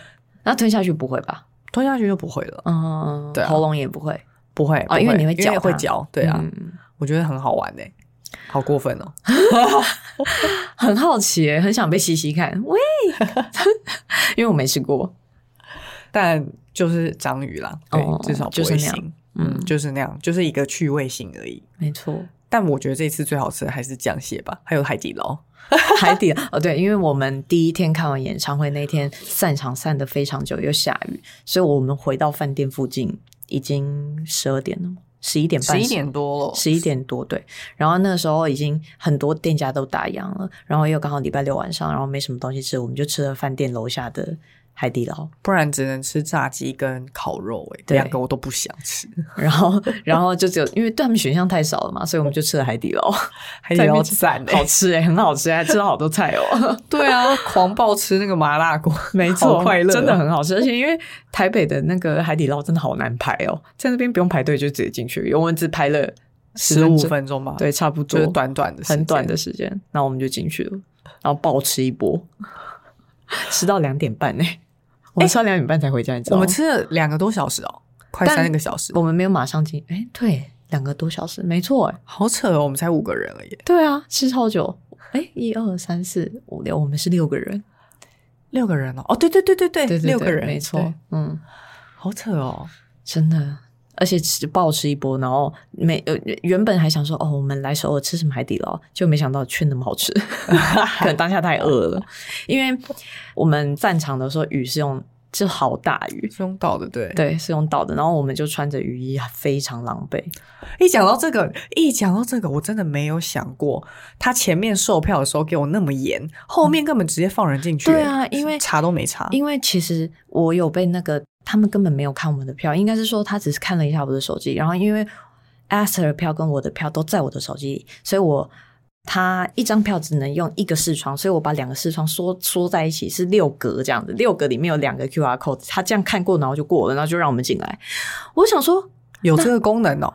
[SPEAKER 2] 那吞下去不会吧？
[SPEAKER 3] 吞下去就不会了，
[SPEAKER 2] 嗯，
[SPEAKER 3] 对啊
[SPEAKER 2] 喉咙也不会
[SPEAKER 3] 不会
[SPEAKER 2] 哦因为你会
[SPEAKER 3] 会
[SPEAKER 2] 嚼它
[SPEAKER 3] 会嚼，对啊，
[SPEAKER 2] 嗯
[SPEAKER 3] 我觉得很好玩呢、好过分哦！
[SPEAKER 2] 很好奇耶，很想被吸吸看。喂， [laughs] 因为我没吃过。
[SPEAKER 3] 但就是章鱼啦，对，
[SPEAKER 2] 哦
[SPEAKER 3] 至少不
[SPEAKER 2] 就是
[SPEAKER 3] 会
[SPEAKER 2] 那样
[SPEAKER 3] 腥，
[SPEAKER 2] 嗯
[SPEAKER 3] 嗯，就是那样，就是一个趣味性而已。
[SPEAKER 2] 没错，
[SPEAKER 3] 但我觉得这次最好吃的还是酱蟹吧，还有海底捞。
[SPEAKER 2] [laughs] 海底哦，对，因为我们第一天看完演唱会那天散场散的非常久，又下雨，所以我们回到饭店附近已经十二点了吗，十一点半，
[SPEAKER 3] 多了
[SPEAKER 2] 十一点多对。然后那个时候已经很多店家都打烊了，然后又刚好礼拜六晚上，然后没什么东西吃，我们就吃了饭店楼下的海底捞。
[SPEAKER 3] 不然只能吃炸鸡跟烤肉、欸，
[SPEAKER 2] 对
[SPEAKER 3] 两个我都不想
[SPEAKER 2] [laughs]
[SPEAKER 3] 吃。
[SPEAKER 2] 然后，然后就只有因为对他们选项太少了嘛，所以我们就吃了海底捞，
[SPEAKER 3] 海底捞赞欸
[SPEAKER 2] 好吃哎、很好吃，还吃了好多菜哦。
[SPEAKER 3] 对啊，狂暴吃那个麻辣锅，
[SPEAKER 2] 没错，
[SPEAKER 3] 好快乐啊
[SPEAKER 2] 真的很好吃。而且因为台北的那个海底捞真的好难排哦，在那边不用排队就直接进去，我们只排了
[SPEAKER 3] [laughs] 十五
[SPEAKER 2] 钟，
[SPEAKER 3] 分钟吧，
[SPEAKER 2] 对，，差不
[SPEAKER 3] 就
[SPEAKER 2] 多，
[SPEAKER 3] 是短短的，
[SPEAKER 2] 很短的。时间，然后我们就进去了，然后暴吃一波， [laughs] 哎吃到两点半呢、我们吃到两点半才回家，你知道
[SPEAKER 3] 我
[SPEAKER 2] 吗？
[SPEAKER 3] 们吃了两个多小时哦，快
[SPEAKER 2] 但
[SPEAKER 3] 三个小时，
[SPEAKER 2] 我们没有马上进，哎、对，两个多小时，没错、哎，
[SPEAKER 3] 好扯哦，我们才五个人而已，
[SPEAKER 2] 对啊，吃超久。哎，一二三四五六，我们是六个人，
[SPEAKER 3] 六个人哦，哦，对对对对对，
[SPEAKER 2] 对对对，
[SPEAKER 3] 六个人，
[SPEAKER 2] 没错
[SPEAKER 3] 对，，
[SPEAKER 2] 嗯。
[SPEAKER 3] 好扯哦，
[SPEAKER 2] 真的，而且吃暴吃一波，然后没呃原本还想说哦，我们来首尔吃什么海底捞，就没想到却那么好吃，可能当下太饿了，因为我们散场的时候雨是用是好大雨。
[SPEAKER 3] 胸岛的对。
[SPEAKER 2] 对，是用倒的，然后我们就穿着雨衣，非常狼狈。
[SPEAKER 3] 一讲到这个，一讲到这个，我真的没有想过，他前面售票的时候给我那么严，后面根本直接放人进去
[SPEAKER 2] 嗯
[SPEAKER 3] 了，
[SPEAKER 2] 对啊因为
[SPEAKER 3] 欸查都没查，
[SPEAKER 2] 因为其实我有被那个，他们根本没有看我们的票，应该是说他只是看了一下我的手机，然后因为 Aster 的票跟我的票都在我的手机里，所以我他一张票只能用一个视窗，所以我把两个视窗缩缩在一起是六格这样子，六格里面有两个 QR code，他这样看过然后就过了，然后就让我们进来。我想说，
[SPEAKER 3] 有这个功能哦，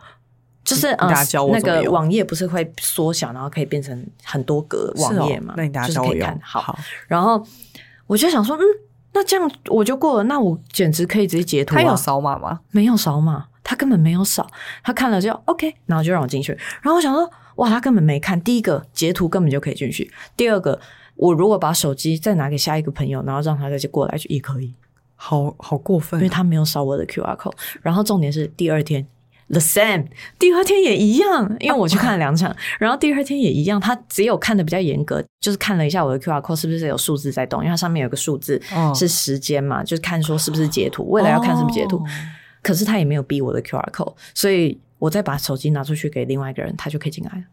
[SPEAKER 2] 就是
[SPEAKER 3] 大家
[SPEAKER 2] 呃
[SPEAKER 3] 教，我
[SPEAKER 2] 那
[SPEAKER 3] 怎么
[SPEAKER 2] 个
[SPEAKER 3] 用
[SPEAKER 2] 网页不是会缩小，然后可以变成很多格
[SPEAKER 3] 是
[SPEAKER 2] 网
[SPEAKER 3] 哦
[SPEAKER 2] 页嘛？
[SPEAKER 3] 那你等下
[SPEAKER 2] 就是
[SPEAKER 3] 教我
[SPEAKER 2] 可以
[SPEAKER 3] 用
[SPEAKER 2] 看，好。然后我就想说，嗯，那这样我就过了，那我简直可以直接截图
[SPEAKER 3] 他有
[SPEAKER 2] 啊！
[SPEAKER 3] 扫码吗？
[SPEAKER 2] 没有扫码，他根本没有扫，他看了就 OK，然后就让我进去。然后我想说，哇，他根本没看。第一个截图根本就可以进去，第二个我如果把手机再拿给下一个朋友，然后让他再过来去也可以，
[SPEAKER 3] 好好过分
[SPEAKER 2] 因为他没有扫我的 QR code。然后重点是第二天。The same，第二天也一样，因为我去看了两
[SPEAKER 3] [laughs]
[SPEAKER 2] 场，然后第二天也一样，他只有看的比较严格，就是看了一下我的 QR code 是不是有数字在动，因为它上面有个数字
[SPEAKER 3] 哦
[SPEAKER 2] 是时间嘛，就是看说是不是截图，未来要看是不是截图
[SPEAKER 3] 哦。
[SPEAKER 2] 可是他也没有逼我的 QR code，所以我再把手机拿出去给另外一个人，他就可以进来了。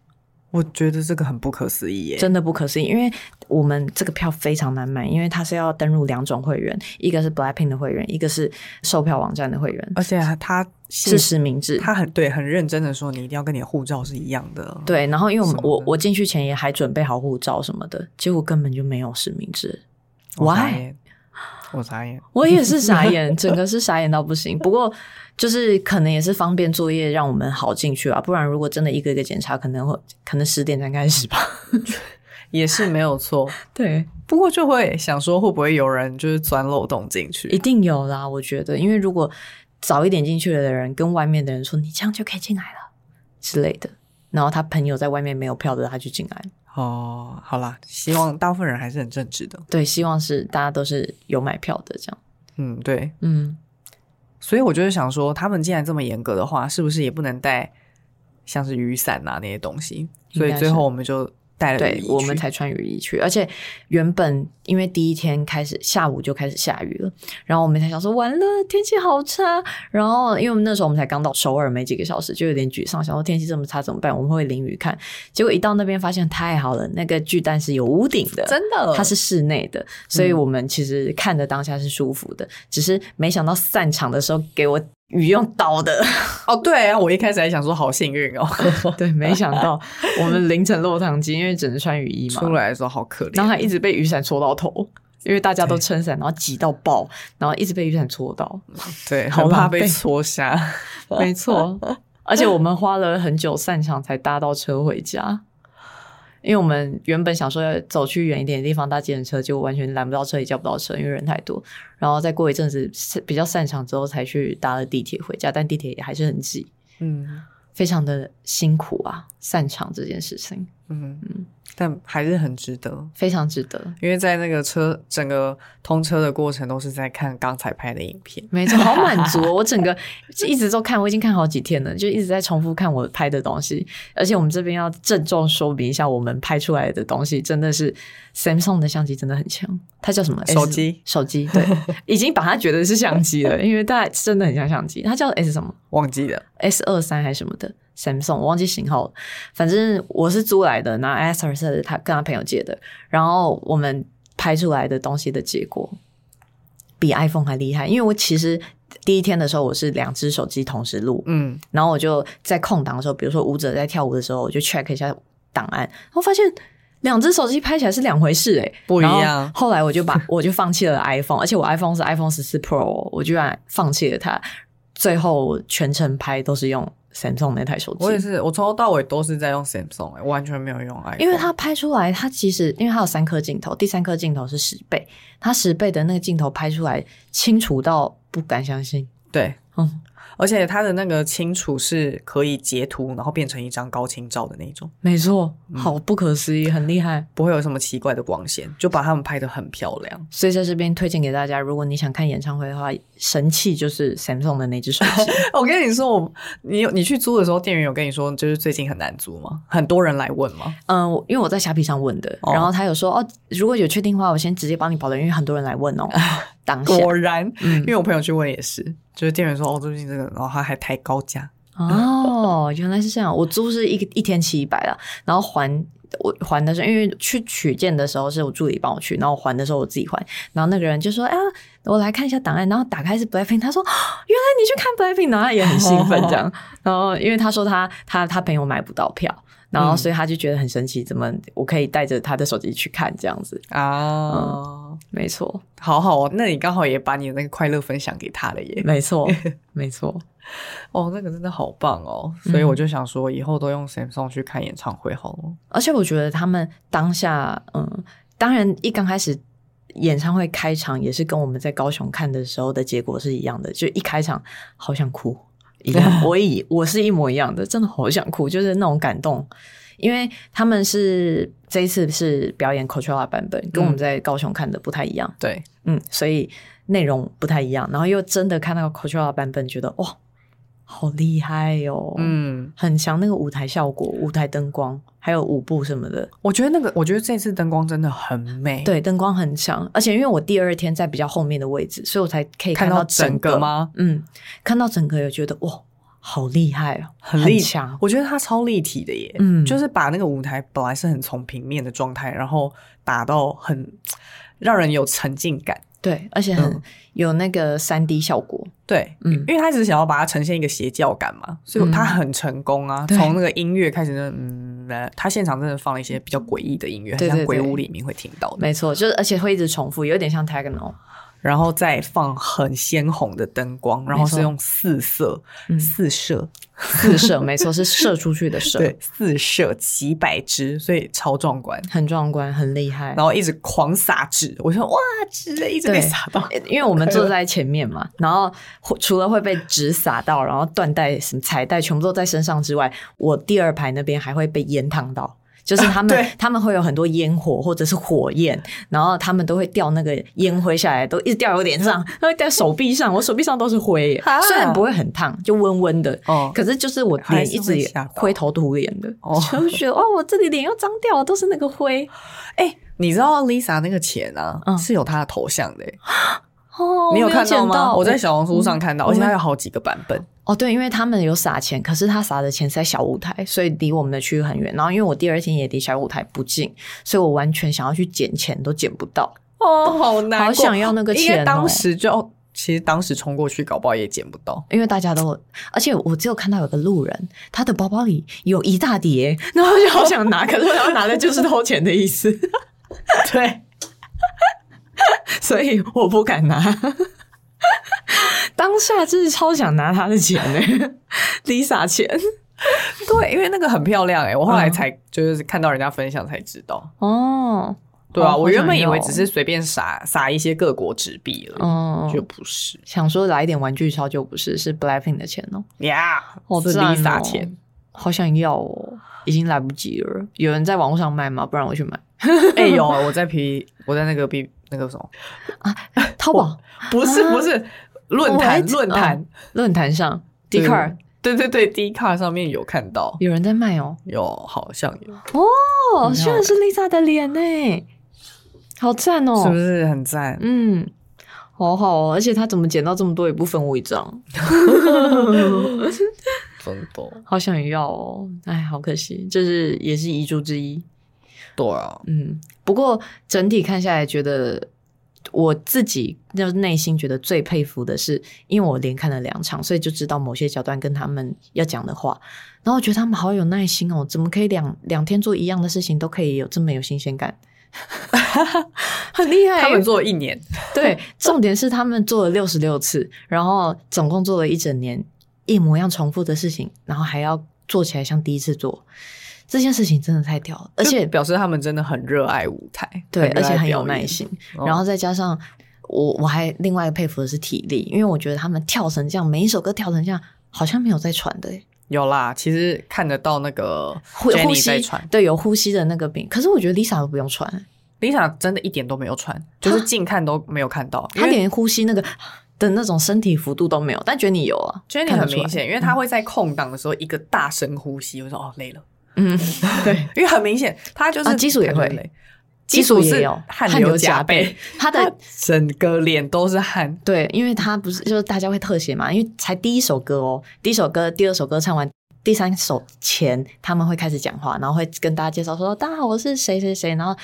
[SPEAKER 3] 我觉得这个很不可思议耶！
[SPEAKER 2] 真的不可思议，因为我们这个票非常难买，因为它是要登录两种会员，一个是 Blackpink 的会员，一个是售票网站的会员，
[SPEAKER 3] 而且他
[SPEAKER 2] 是实名制。
[SPEAKER 3] 他很对，很认真的说，你一定要跟你的护照是一样的。，
[SPEAKER 2] 对，然后因为我们
[SPEAKER 3] 什么
[SPEAKER 2] 我
[SPEAKER 3] 的
[SPEAKER 2] 我进去前也还准备好护照什么的，结果根本就没有实名制。
[SPEAKER 3] 我傻
[SPEAKER 2] Why？
[SPEAKER 3] 眼，我傻眼。
[SPEAKER 2] 我也是傻眼，整个是傻眼到不行。不过就是可能也是方便作业，让我们好进去啊。不然如果真的一个一个检查，可能会可能十点才开始吧。 [laughs]
[SPEAKER 3] 也是没有错，
[SPEAKER 2] 对，
[SPEAKER 3] [laughs] 不过就会想说，会不会有人就是钻漏洞进
[SPEAKER 2] 一
[SPEAKER 3] 去？
[SPEAKER 2] 定有啦，我觉得，因为如果早一点进去的人跟外面的人说：“你这样就可以进来了”之类的。然后他朋友在外面没有票的，他就进来了。
[SPEAKER 3] 哦，好啦，希望大部分人还是很正直的。
[SPEAKER 2] 对，希望是大家都是有买票的这样。
[SPEAKER 3] 嗯，对。
[SPEAKER 2] 嗯，
[SPEAKER 3] 所以我就是想说，他们既然这么严格的话，是不是也不能带像是雨伞啊那些东西？
[SPEAKER 2] 应该
[SPEAKER 3] 所
[SPEAKER 2] 是
[SPEAKER 3] 以最后我们就带了雨
[SPEAKER 2] 对
[SPEAKER 3] 衣，去
[SPEAKER 2] 我们才穿雨衣去。而且原本因为第一天开始下午就开始下雨了，然后我们才想说完了天气好差。然后因为我们那时候我们才刚到首尔没几个小时，就有点沮丧，想说天气这么差怎么办？我们会不会淋雨看。结果一到那边发现太好了，那个巨蛋是有屋顶的，嗯
[SPEAKER 3] 真的，
[SPEAKER 2] 它是室内的，所以我们其实看的当下是舒服的，只是没想到散场的时候给我雨用倒的，
[SPEAKER 3] 哦，对啊，我一开始还想说好幸运哦，
[SPEAKER 2] [laughs] 对，没想到我们淋成落汤鸡，因为只能 [laughs] 穿雨衣嘛
[SPEAKER 3] 出，来的时候好可怜，
[SPEAKER 2] 然后还一直被雨伞戳到头，因为大家都
[SPEAKER 3] 对
[SPEAKER 2] 撑伞，然后挤到爆，然后一直被雨伞戳到，
[SPEAKER 3] 对，
[SPEAKER 2] 好
[SPEAKER 3] 很
[SPEAKER 2] 狼
[SPEAKER 3] 怕
[SPEAKER 2] 狈
[SPEAKER 3] 被戳 [laughs] 瞎。
[SPEAKER 2] 没
[SPEAKER 3] [laughs]
[SPEAKER 2] 错，而且我们花了很久散场才搭到车回家。因为我们原本想说要走去远一点的地方搭计程车，结果完全拦不到车，也叫不到车，因为人太多。然后再过一阵子是比较散场之后，才去搭了地铁回家，但地铁也还是很挤，
[SPEAKER 3] 嗯
[SPEAKER 2] 非常的辛苦啊！散场这件事情
[SPEAKER 3] 嗯
[SPEAKER 2] 嗯
[SPEAKER 3] 嗯，但还是很值得。
[SPEAKER 2] 非常值得，
[SPEAKER 3] 因为在那个车整个通车的过程，都是在看刚才拍的影片。
[SPEAKER 2] 没错， [laughs] 好满足、哦。我整个一直都看，我已经看好几天了，就一直在重复看我拍的东西。而且我们这边要郑重说明一下，我们拍出来的东西真的是 Samsung 的相机真的很强，它叫什么？
[SPEAKER 3] 手机
[SPEAKER 2] S- 手机对，已经把它觉得是相机了，因为它真的很像相机。它叫 S 什么？
[SPEAKER 3] 忘记了，嗯
[SPEAKER 2] S 二三还是什么的 Samsung，我忘记型号了。反正我是租来的，那 S 二是他跟他朋友借的。然后我们拍出来的东西的结果比 iPhone 还厉害，因为我其实第一天的时候我是两只手机同时录，
[SPEAKER 3] 嗯，
[SPEAKER 2] 然后我就在空档的时候，比如说舞者在跳舞的时候，我就 check 一下档案，然后发现。两只手机拍起来是两回事哎、欸，
[SPEAKER 3] 不一样
[SPEAKER 2] 然后后来我就把我就放弃了 iPhone，而且我 iPhone 是 iPhone 十四 Pro，我居哦然放弃了它。最后全程拍都是用 Samsung 那台手
[SPEAKER 3] 我也
[SPEAKER 2] 机，
[SPEAKER 3] 是，我从头到尾都是在用 Samsung，、欸、我完全没有用 iPhone，
[SPEAKER 2] 因为它拍出来，它其实因为它有三颗镜头，第三颗镜头是十倍，它十倍的那个镜头拍出来清楚到不敢相信。
[SPEAKER 3] 对，
[SPEAKER 2] 嗯，
[SPEAKER 3] 而且它的那个清楚是可以截图，然后变成一张高清照的那种，
[SPEAKER 2] 没错，好不可思议，很厉害。
[SPEAKER 3] 不会有什么奇怪的光线，就把它们拍得很漂亮。 [laughs]
[SPEAKER 2] 所以在这边推荐给大家，如果你想看演唱会的话，神器就是 Samsung 的那只手
[SPEAKER 3] [laughs]
[SPEAKER 2] 机。
[SPEAKER 3] 我跟你说，我你有你去租的时候，店员有跟你说，就是最近很难租吗？很多人来问吗？
[SPEAKER 2] 嗯，我因为我在虾皮上问的，
[SPEAKER 3] 哦
[SPEAKER 2] 然后他有说哦，如果有确定的话，我先直接帮你保留，因为很多人来
[SPEAKER 3] [laughs]
[SPEAKER 2] 问哦。当下
[SPEAKER 3] 果然，
[SPEAKER 2] 嗯
[SPEAKER 3] 因为我朋友去问也是，就是店员说哦，最近这个，然后他还抬高价，
[SPEAKER 2] 哦，原来是这样。我租是一个一天七百啦，然后还我还的时候，因为去取件的时候是我助理帮我去，然后我还的时候我自己还。然后那个人就说：“啊，我来看一下档案。”然后打开是 Blackpink，他说啊：“原来你去看 Blackpink。”然后他也很兴奋这样。然后因为他说他他他朋友买不到票，然后所以他就觉得很神奇，怎么我可以带着他的手机去看这样子？
[SPEAKER 3] 啊。
[SPEAKER 2] 没错，
[SPEAKER 3] 好好哦，那你刚好也把你的那个快乐分享给他了耶。
[SPEAKER 2] 没错，没错。
[SPEAKER 3] 嗯哦，那个真的好棒哦，所以我就想说，以后都用 Samsung 去看演唱会好了。
[SPEAKER 2] 而且我觉得他们当下，嗯，当然一刚开始演唱会开场也是跟我们在高雄看的时候的结果是一样的，就一开场好想哭一样，我以我是一模一样的，真的好想哭，就是那种感动。因为他们是这一次是表演 Coachella 版本，跟我们在高雄看的不太一样，
[SPEAKER 3] 对，
[SPEAKER 2] 嗯，所以内容不太一样，然后又真的看那个 Coachella 版本，觉得哇，好厉害哟、哦，
[SPEAKER 3] 嗯，
[SPEAKER 2] 很强，那个舞台效果、舞台灯光，还有舞步什么的，
[SPEAKER 3] 我觉得那个，我觉得这次灯光真的很美。，
[SPEAKER 2] 对，灯光很强。而且因为我第二天在比较后面的位置，所以我才可以
[SPEAKER 3] 看
[SPEAKER 2] 到
[SPEAKER 3] 到整
[SPEAKER 2] 个
[SPEAKER 3] 个？吗？
[SPEAKER 2] 嗯，看到整个有觉得哇，好厉害哦，
[SPEAKER 3] [laughs] 很
[SPEAKER 2] 很
[SPEAKER 3] 立
[SPEAKER 2] 强。
[SPEAKER 3] 我觉得它超立体的耶，
[SPEAKER 2] 嗯
[SPEAKER 3] 就是把那个舞台本来是很从平面的状态，然后打到很让人有沉浸感。
[SPEAKER 2] 对，而且很、
[SPEAKER 3] 嗯
[SPEAKER 2] 有那个三 D 效果。
[SPEAKER 3] 对，
[SPEAKER 2] 嗯
[SPEAKER 3] 因为他只是想要把它呈现一个邪教感嘛，所以他很成功啊。
[SPEAKER 2] 对
[SPEAKER 3] 从、那个音乐开始呢，嗯，呃他现场真的放了一些比较诡异的音乐，
[SPEAKER 2] 对
[SPEAKER 3] 很
[SPEAKER 2] 对
[SPEAKER 3] 像鬼
[SPEAKER 2] 对
[SPEAKER 3] 屋里面会听到的。 [laughs]
[SPEAKER 2] 没错，就是而且会一直重复，有点像 techno。
[SPEAKER 3] 然后再放很鲜红的灯光，然后是用四色、
[SPEAKER 2] 嗯
[SPEAKER 3] 四射，
[SPEAKER 2] 四射，没错，是射出去的射，
[SPEAKER 3] 对，四射几百支，所以超壮观。
[SPEAKER 2] 很壮观，很厉害。
[SPEAKER 3] 然后一直狂撒纸，我说哇纸一直
[SPEAKER 2] 对
[SPEAKER 3] 被撒到， [laughs]
[SPEAKER 2] 因为我们坐在前面嘛，然后会除了会被纸洒到，然后缎带、什么彩带全部都在身上之外，我第二排那边还会被烟烫到。就是他们
[SPEAKER 3] 啊对，
[SPEAKER 2] 他们会有很多烟火或者是火焰，然后他们都会掉那个烟灰下来，都一直掉我脸上， [laughs] 都会掉手臂上，我手臂上都是灰耶
[SPEAKER 3] 啊，
[SPEAKER 2] 虽然不会很烫，就温温的，
[SPEAKER 3] 哦
[SPEAKER 2] 可是就是我
[SPEAKER 3] 还
[SPEAKER 2] 脸
[SPEAKER 3] 是
[SPEAKER 2] 一直
[SPEAKER 3] 会
[SPEAKER 2] 也
[SPEAKER 3] 吓到
[SPEAKER 2] 灰头土脸的，
[SPEAKER 3] 哦
[SPEAKER 2] 就觉得哦，我这里脸要脏掉了，都是那个灰
[SPEAKER 3] 哎、你知道 Lisa 那个钱啊、
[SPEAKER 2] 嗯
[SPEAKER 3] 是有她的头像的、欸
[SPEAKER 2] 哦。
[SPEAKER 3] 你有
[SPEAKER 2] 我没
[SPEAKER 3] 看到
[SPEAKER 2] 捡
[SPEAKER 3] 吗？我在小红书上
[SPEAKER 2] 嗯
[SPEAKER 3] 看到，
[SPEAKER 2] 我
[SPEAKER 3] 而且
[SPEAKER 2] 没
[SPEAKER 3] 它有好几个版本。
[SPEAKER 2] 哦，对，因为他们有撒钱，可是他撒的钱是在小舞台，所以离我们的区域很远。然后因为我第二天也离小舞台不近，所以我完全想要去捡钱都捡不到。
[SPEAKER 3] 哦，好难
[SPEAKER 2] 好
[SPEAKER 3] 过
[SPEAKER 2] 想要那个
[SPEAKER 3] 应该
[SPEAKER 2] 钱哦
[SPEAKER 3] 当时就其实当时冲过去，搞不好也捡不
[SPEAKER 2] [laughs]
[SPEAKER 3] 到。
[SPEAKER 2] 因为大家都，而且我只有看到有个路人，他的包包里有一大叠，然后我就好想拿，可是我要拿的就是偷钱的意思， [laughs]
[SPEAKER 3] 对，
[SPEAKER 2] 所以我不敢拿。当下真是超想拿他的钱呢、l [laughs] i s a 钱
[SPEAKER 3] 对，因为那个很漂亮哎、我后来
[SPEAKER 2] 嗯
[SPEAKER 3] 才就是看到人家分享才知道。
[SPEAKER 2] 哦，
[SPEAKER 3] 对啊，
[SPEAKER 2] 哦
[SPEAKER 3] 我
[SPEAKER 2] 好
[SPEAKER 3] 原
[SPEAKER 2] 想
[SPEAKER 3] 本以为
[SPEAKER 2] 要
[SPEAKER 3] 只是随便撒撒一些各国纸币了，
[SPEAKER 2] 嗯，
[SPEAKER 3] 就不是
[SPEAKER 2] 想说来一点玩具钞就不是，是 Blackpink 的钱哦、
[SPEAKER 3] 呀，
[SPEAKER 2] 好
[SPEAKER 3] 是
[SPEAKER 2] 赞
[SPEAKER 3] Lisa
[SPEAKER 2] 哦 [laughs]
[SPEAKER 3] 钱。
[SPEAKER 2] 好想要哦，已经来不及了。有人在网络上卖吗？不然我去买
[SPEAKER 3] 哎、有我在 P，我在那个 B 那个什么，
[SPEAKER 2] 啊！淘宝
[SPEAKER 3] 不是
[SPEAKER 2] 啊
[SPEAKER 3] 不是论
[SPEAKER 2] 我还
[SPEAKER 3] 坛
[SPEAKER 2] 知
[SPEAKER 3] 论坛
[SPEAKER 2] 嗯论坛上 d
[SPEAKER 3] 对
[SPEAKER 2] c a r
[SPEAKER 3] 对对对 d 卡上面有看到，
[SPEAKER 2] 有人在卖哦。
[SPEAKER 3] 有好像有，
[SPEAKER 2] 哦，
[SPEAKER 3] 很好
[SPEAKER 2] 居然是 Lisa 的脸呢，好赞哦！
[SPEAKER 3] 是不是很赞？
[SPEAKER 2] 嗯，好好哦，而且他怎么捡到这么多也不分我一张，
[SPEAKER 3] 真的，
[SPEAKER 2] 好想要哦！哎，好可惜，这是也是遗珠之一。
[SPEAKER 3] 对啊，
[SPEAKER 2] 嗯，不过整体看下来，觉得我自己就是内心觉得最佩服的是，因为我连看了两场，所以就知道某些桥段跟他们要讲的话，然后我觉得他们好有耐心哦，怎么可以两两天做一样的事情都可以有这么有新鲜感？ [laughs] 很厉害，
[SPEAKER 3] 他们做了一年，
[SPEAKER 2] 对，重点是他们做了六十六次，然后总共做了一整年一模一样重复的事情，然后还要做起来像第一次做，这件事情真的太屌了，而且
[SPEAKER 3] 就表示他们真的很热爱舞台，
[SPEAKER 2] 对，
[SPEAKER 3] 热
[SPEAKER 2] 而
[SPEAKER 3] 爱
[SPEAKER 2] 且很
[SPEAKER 3] 表
[SPEAKER 2] 有耐
[SPEAKER 3] 演。
[SPEAKER 2] 心。
[SPEAKER 3] 嗯
[SPEAKER 2] 然后再加上我，我还另外佩服的是体力，因为我觉得他们跳成这样，每一首歌跳成这样，好像没有在喘的、欸，
[SPEAKER 3] 有啦，其实看得到那个
[SPEAKER 2] 呼呼
[SPEAKER 3] Jenny 在
[SPEAKER 2] 吸
[SPEAKER 3] 传
[SPEAKER 2] 对有呼吸的那个病。可是我觉得 Lisa 都不用喘、
[SPEAKER 3] ，Lisa 真的一点都没有穿，就是近看都没有看到，因
[SPEAKER 2] 她
[SPEAKER 3] 为
[SPEAKER 2] 连呼吸那个的那种身体幅度都没有，但觉得你有啊
[SPEAKER 3] Jenny
[SPEAKER 2] 看得
[SPEAKER 3] 很
[SPEAKER 2] 出来
[SPEAKER 3] 明显，因为她会在空档的时候一个大深呼吸，我说哦累了，
[SPEAKER 2] 嗯，对，
[SPEAKER 3] 因为很明显她就是
[SPEAKER 2] 啊基础也会
[SPEAKER 3] 感觉累，
[SPEAKER 2] 基础
[SPEAKER 3] 是
[SPEAKER 2] 也有
[SPEAKER 3] 汗
[SPEAKER 2] 流
[SPEAKER 3] 浃
[SPEAKER 2] 背，，她
[SPEAKER 3] 她
[SPEAKER 2] 的。
[SPEAKER 3] 整个脸都是汗，
[SPEAKER 2] 对，因为她不是就是大家会特写嘛，因为才第一首歌哦，第一首歌、第二首歌唱完，第三首前他们会开始讲话，然后会跟大家介绍说：“大家好，我是谁谁谁。”然后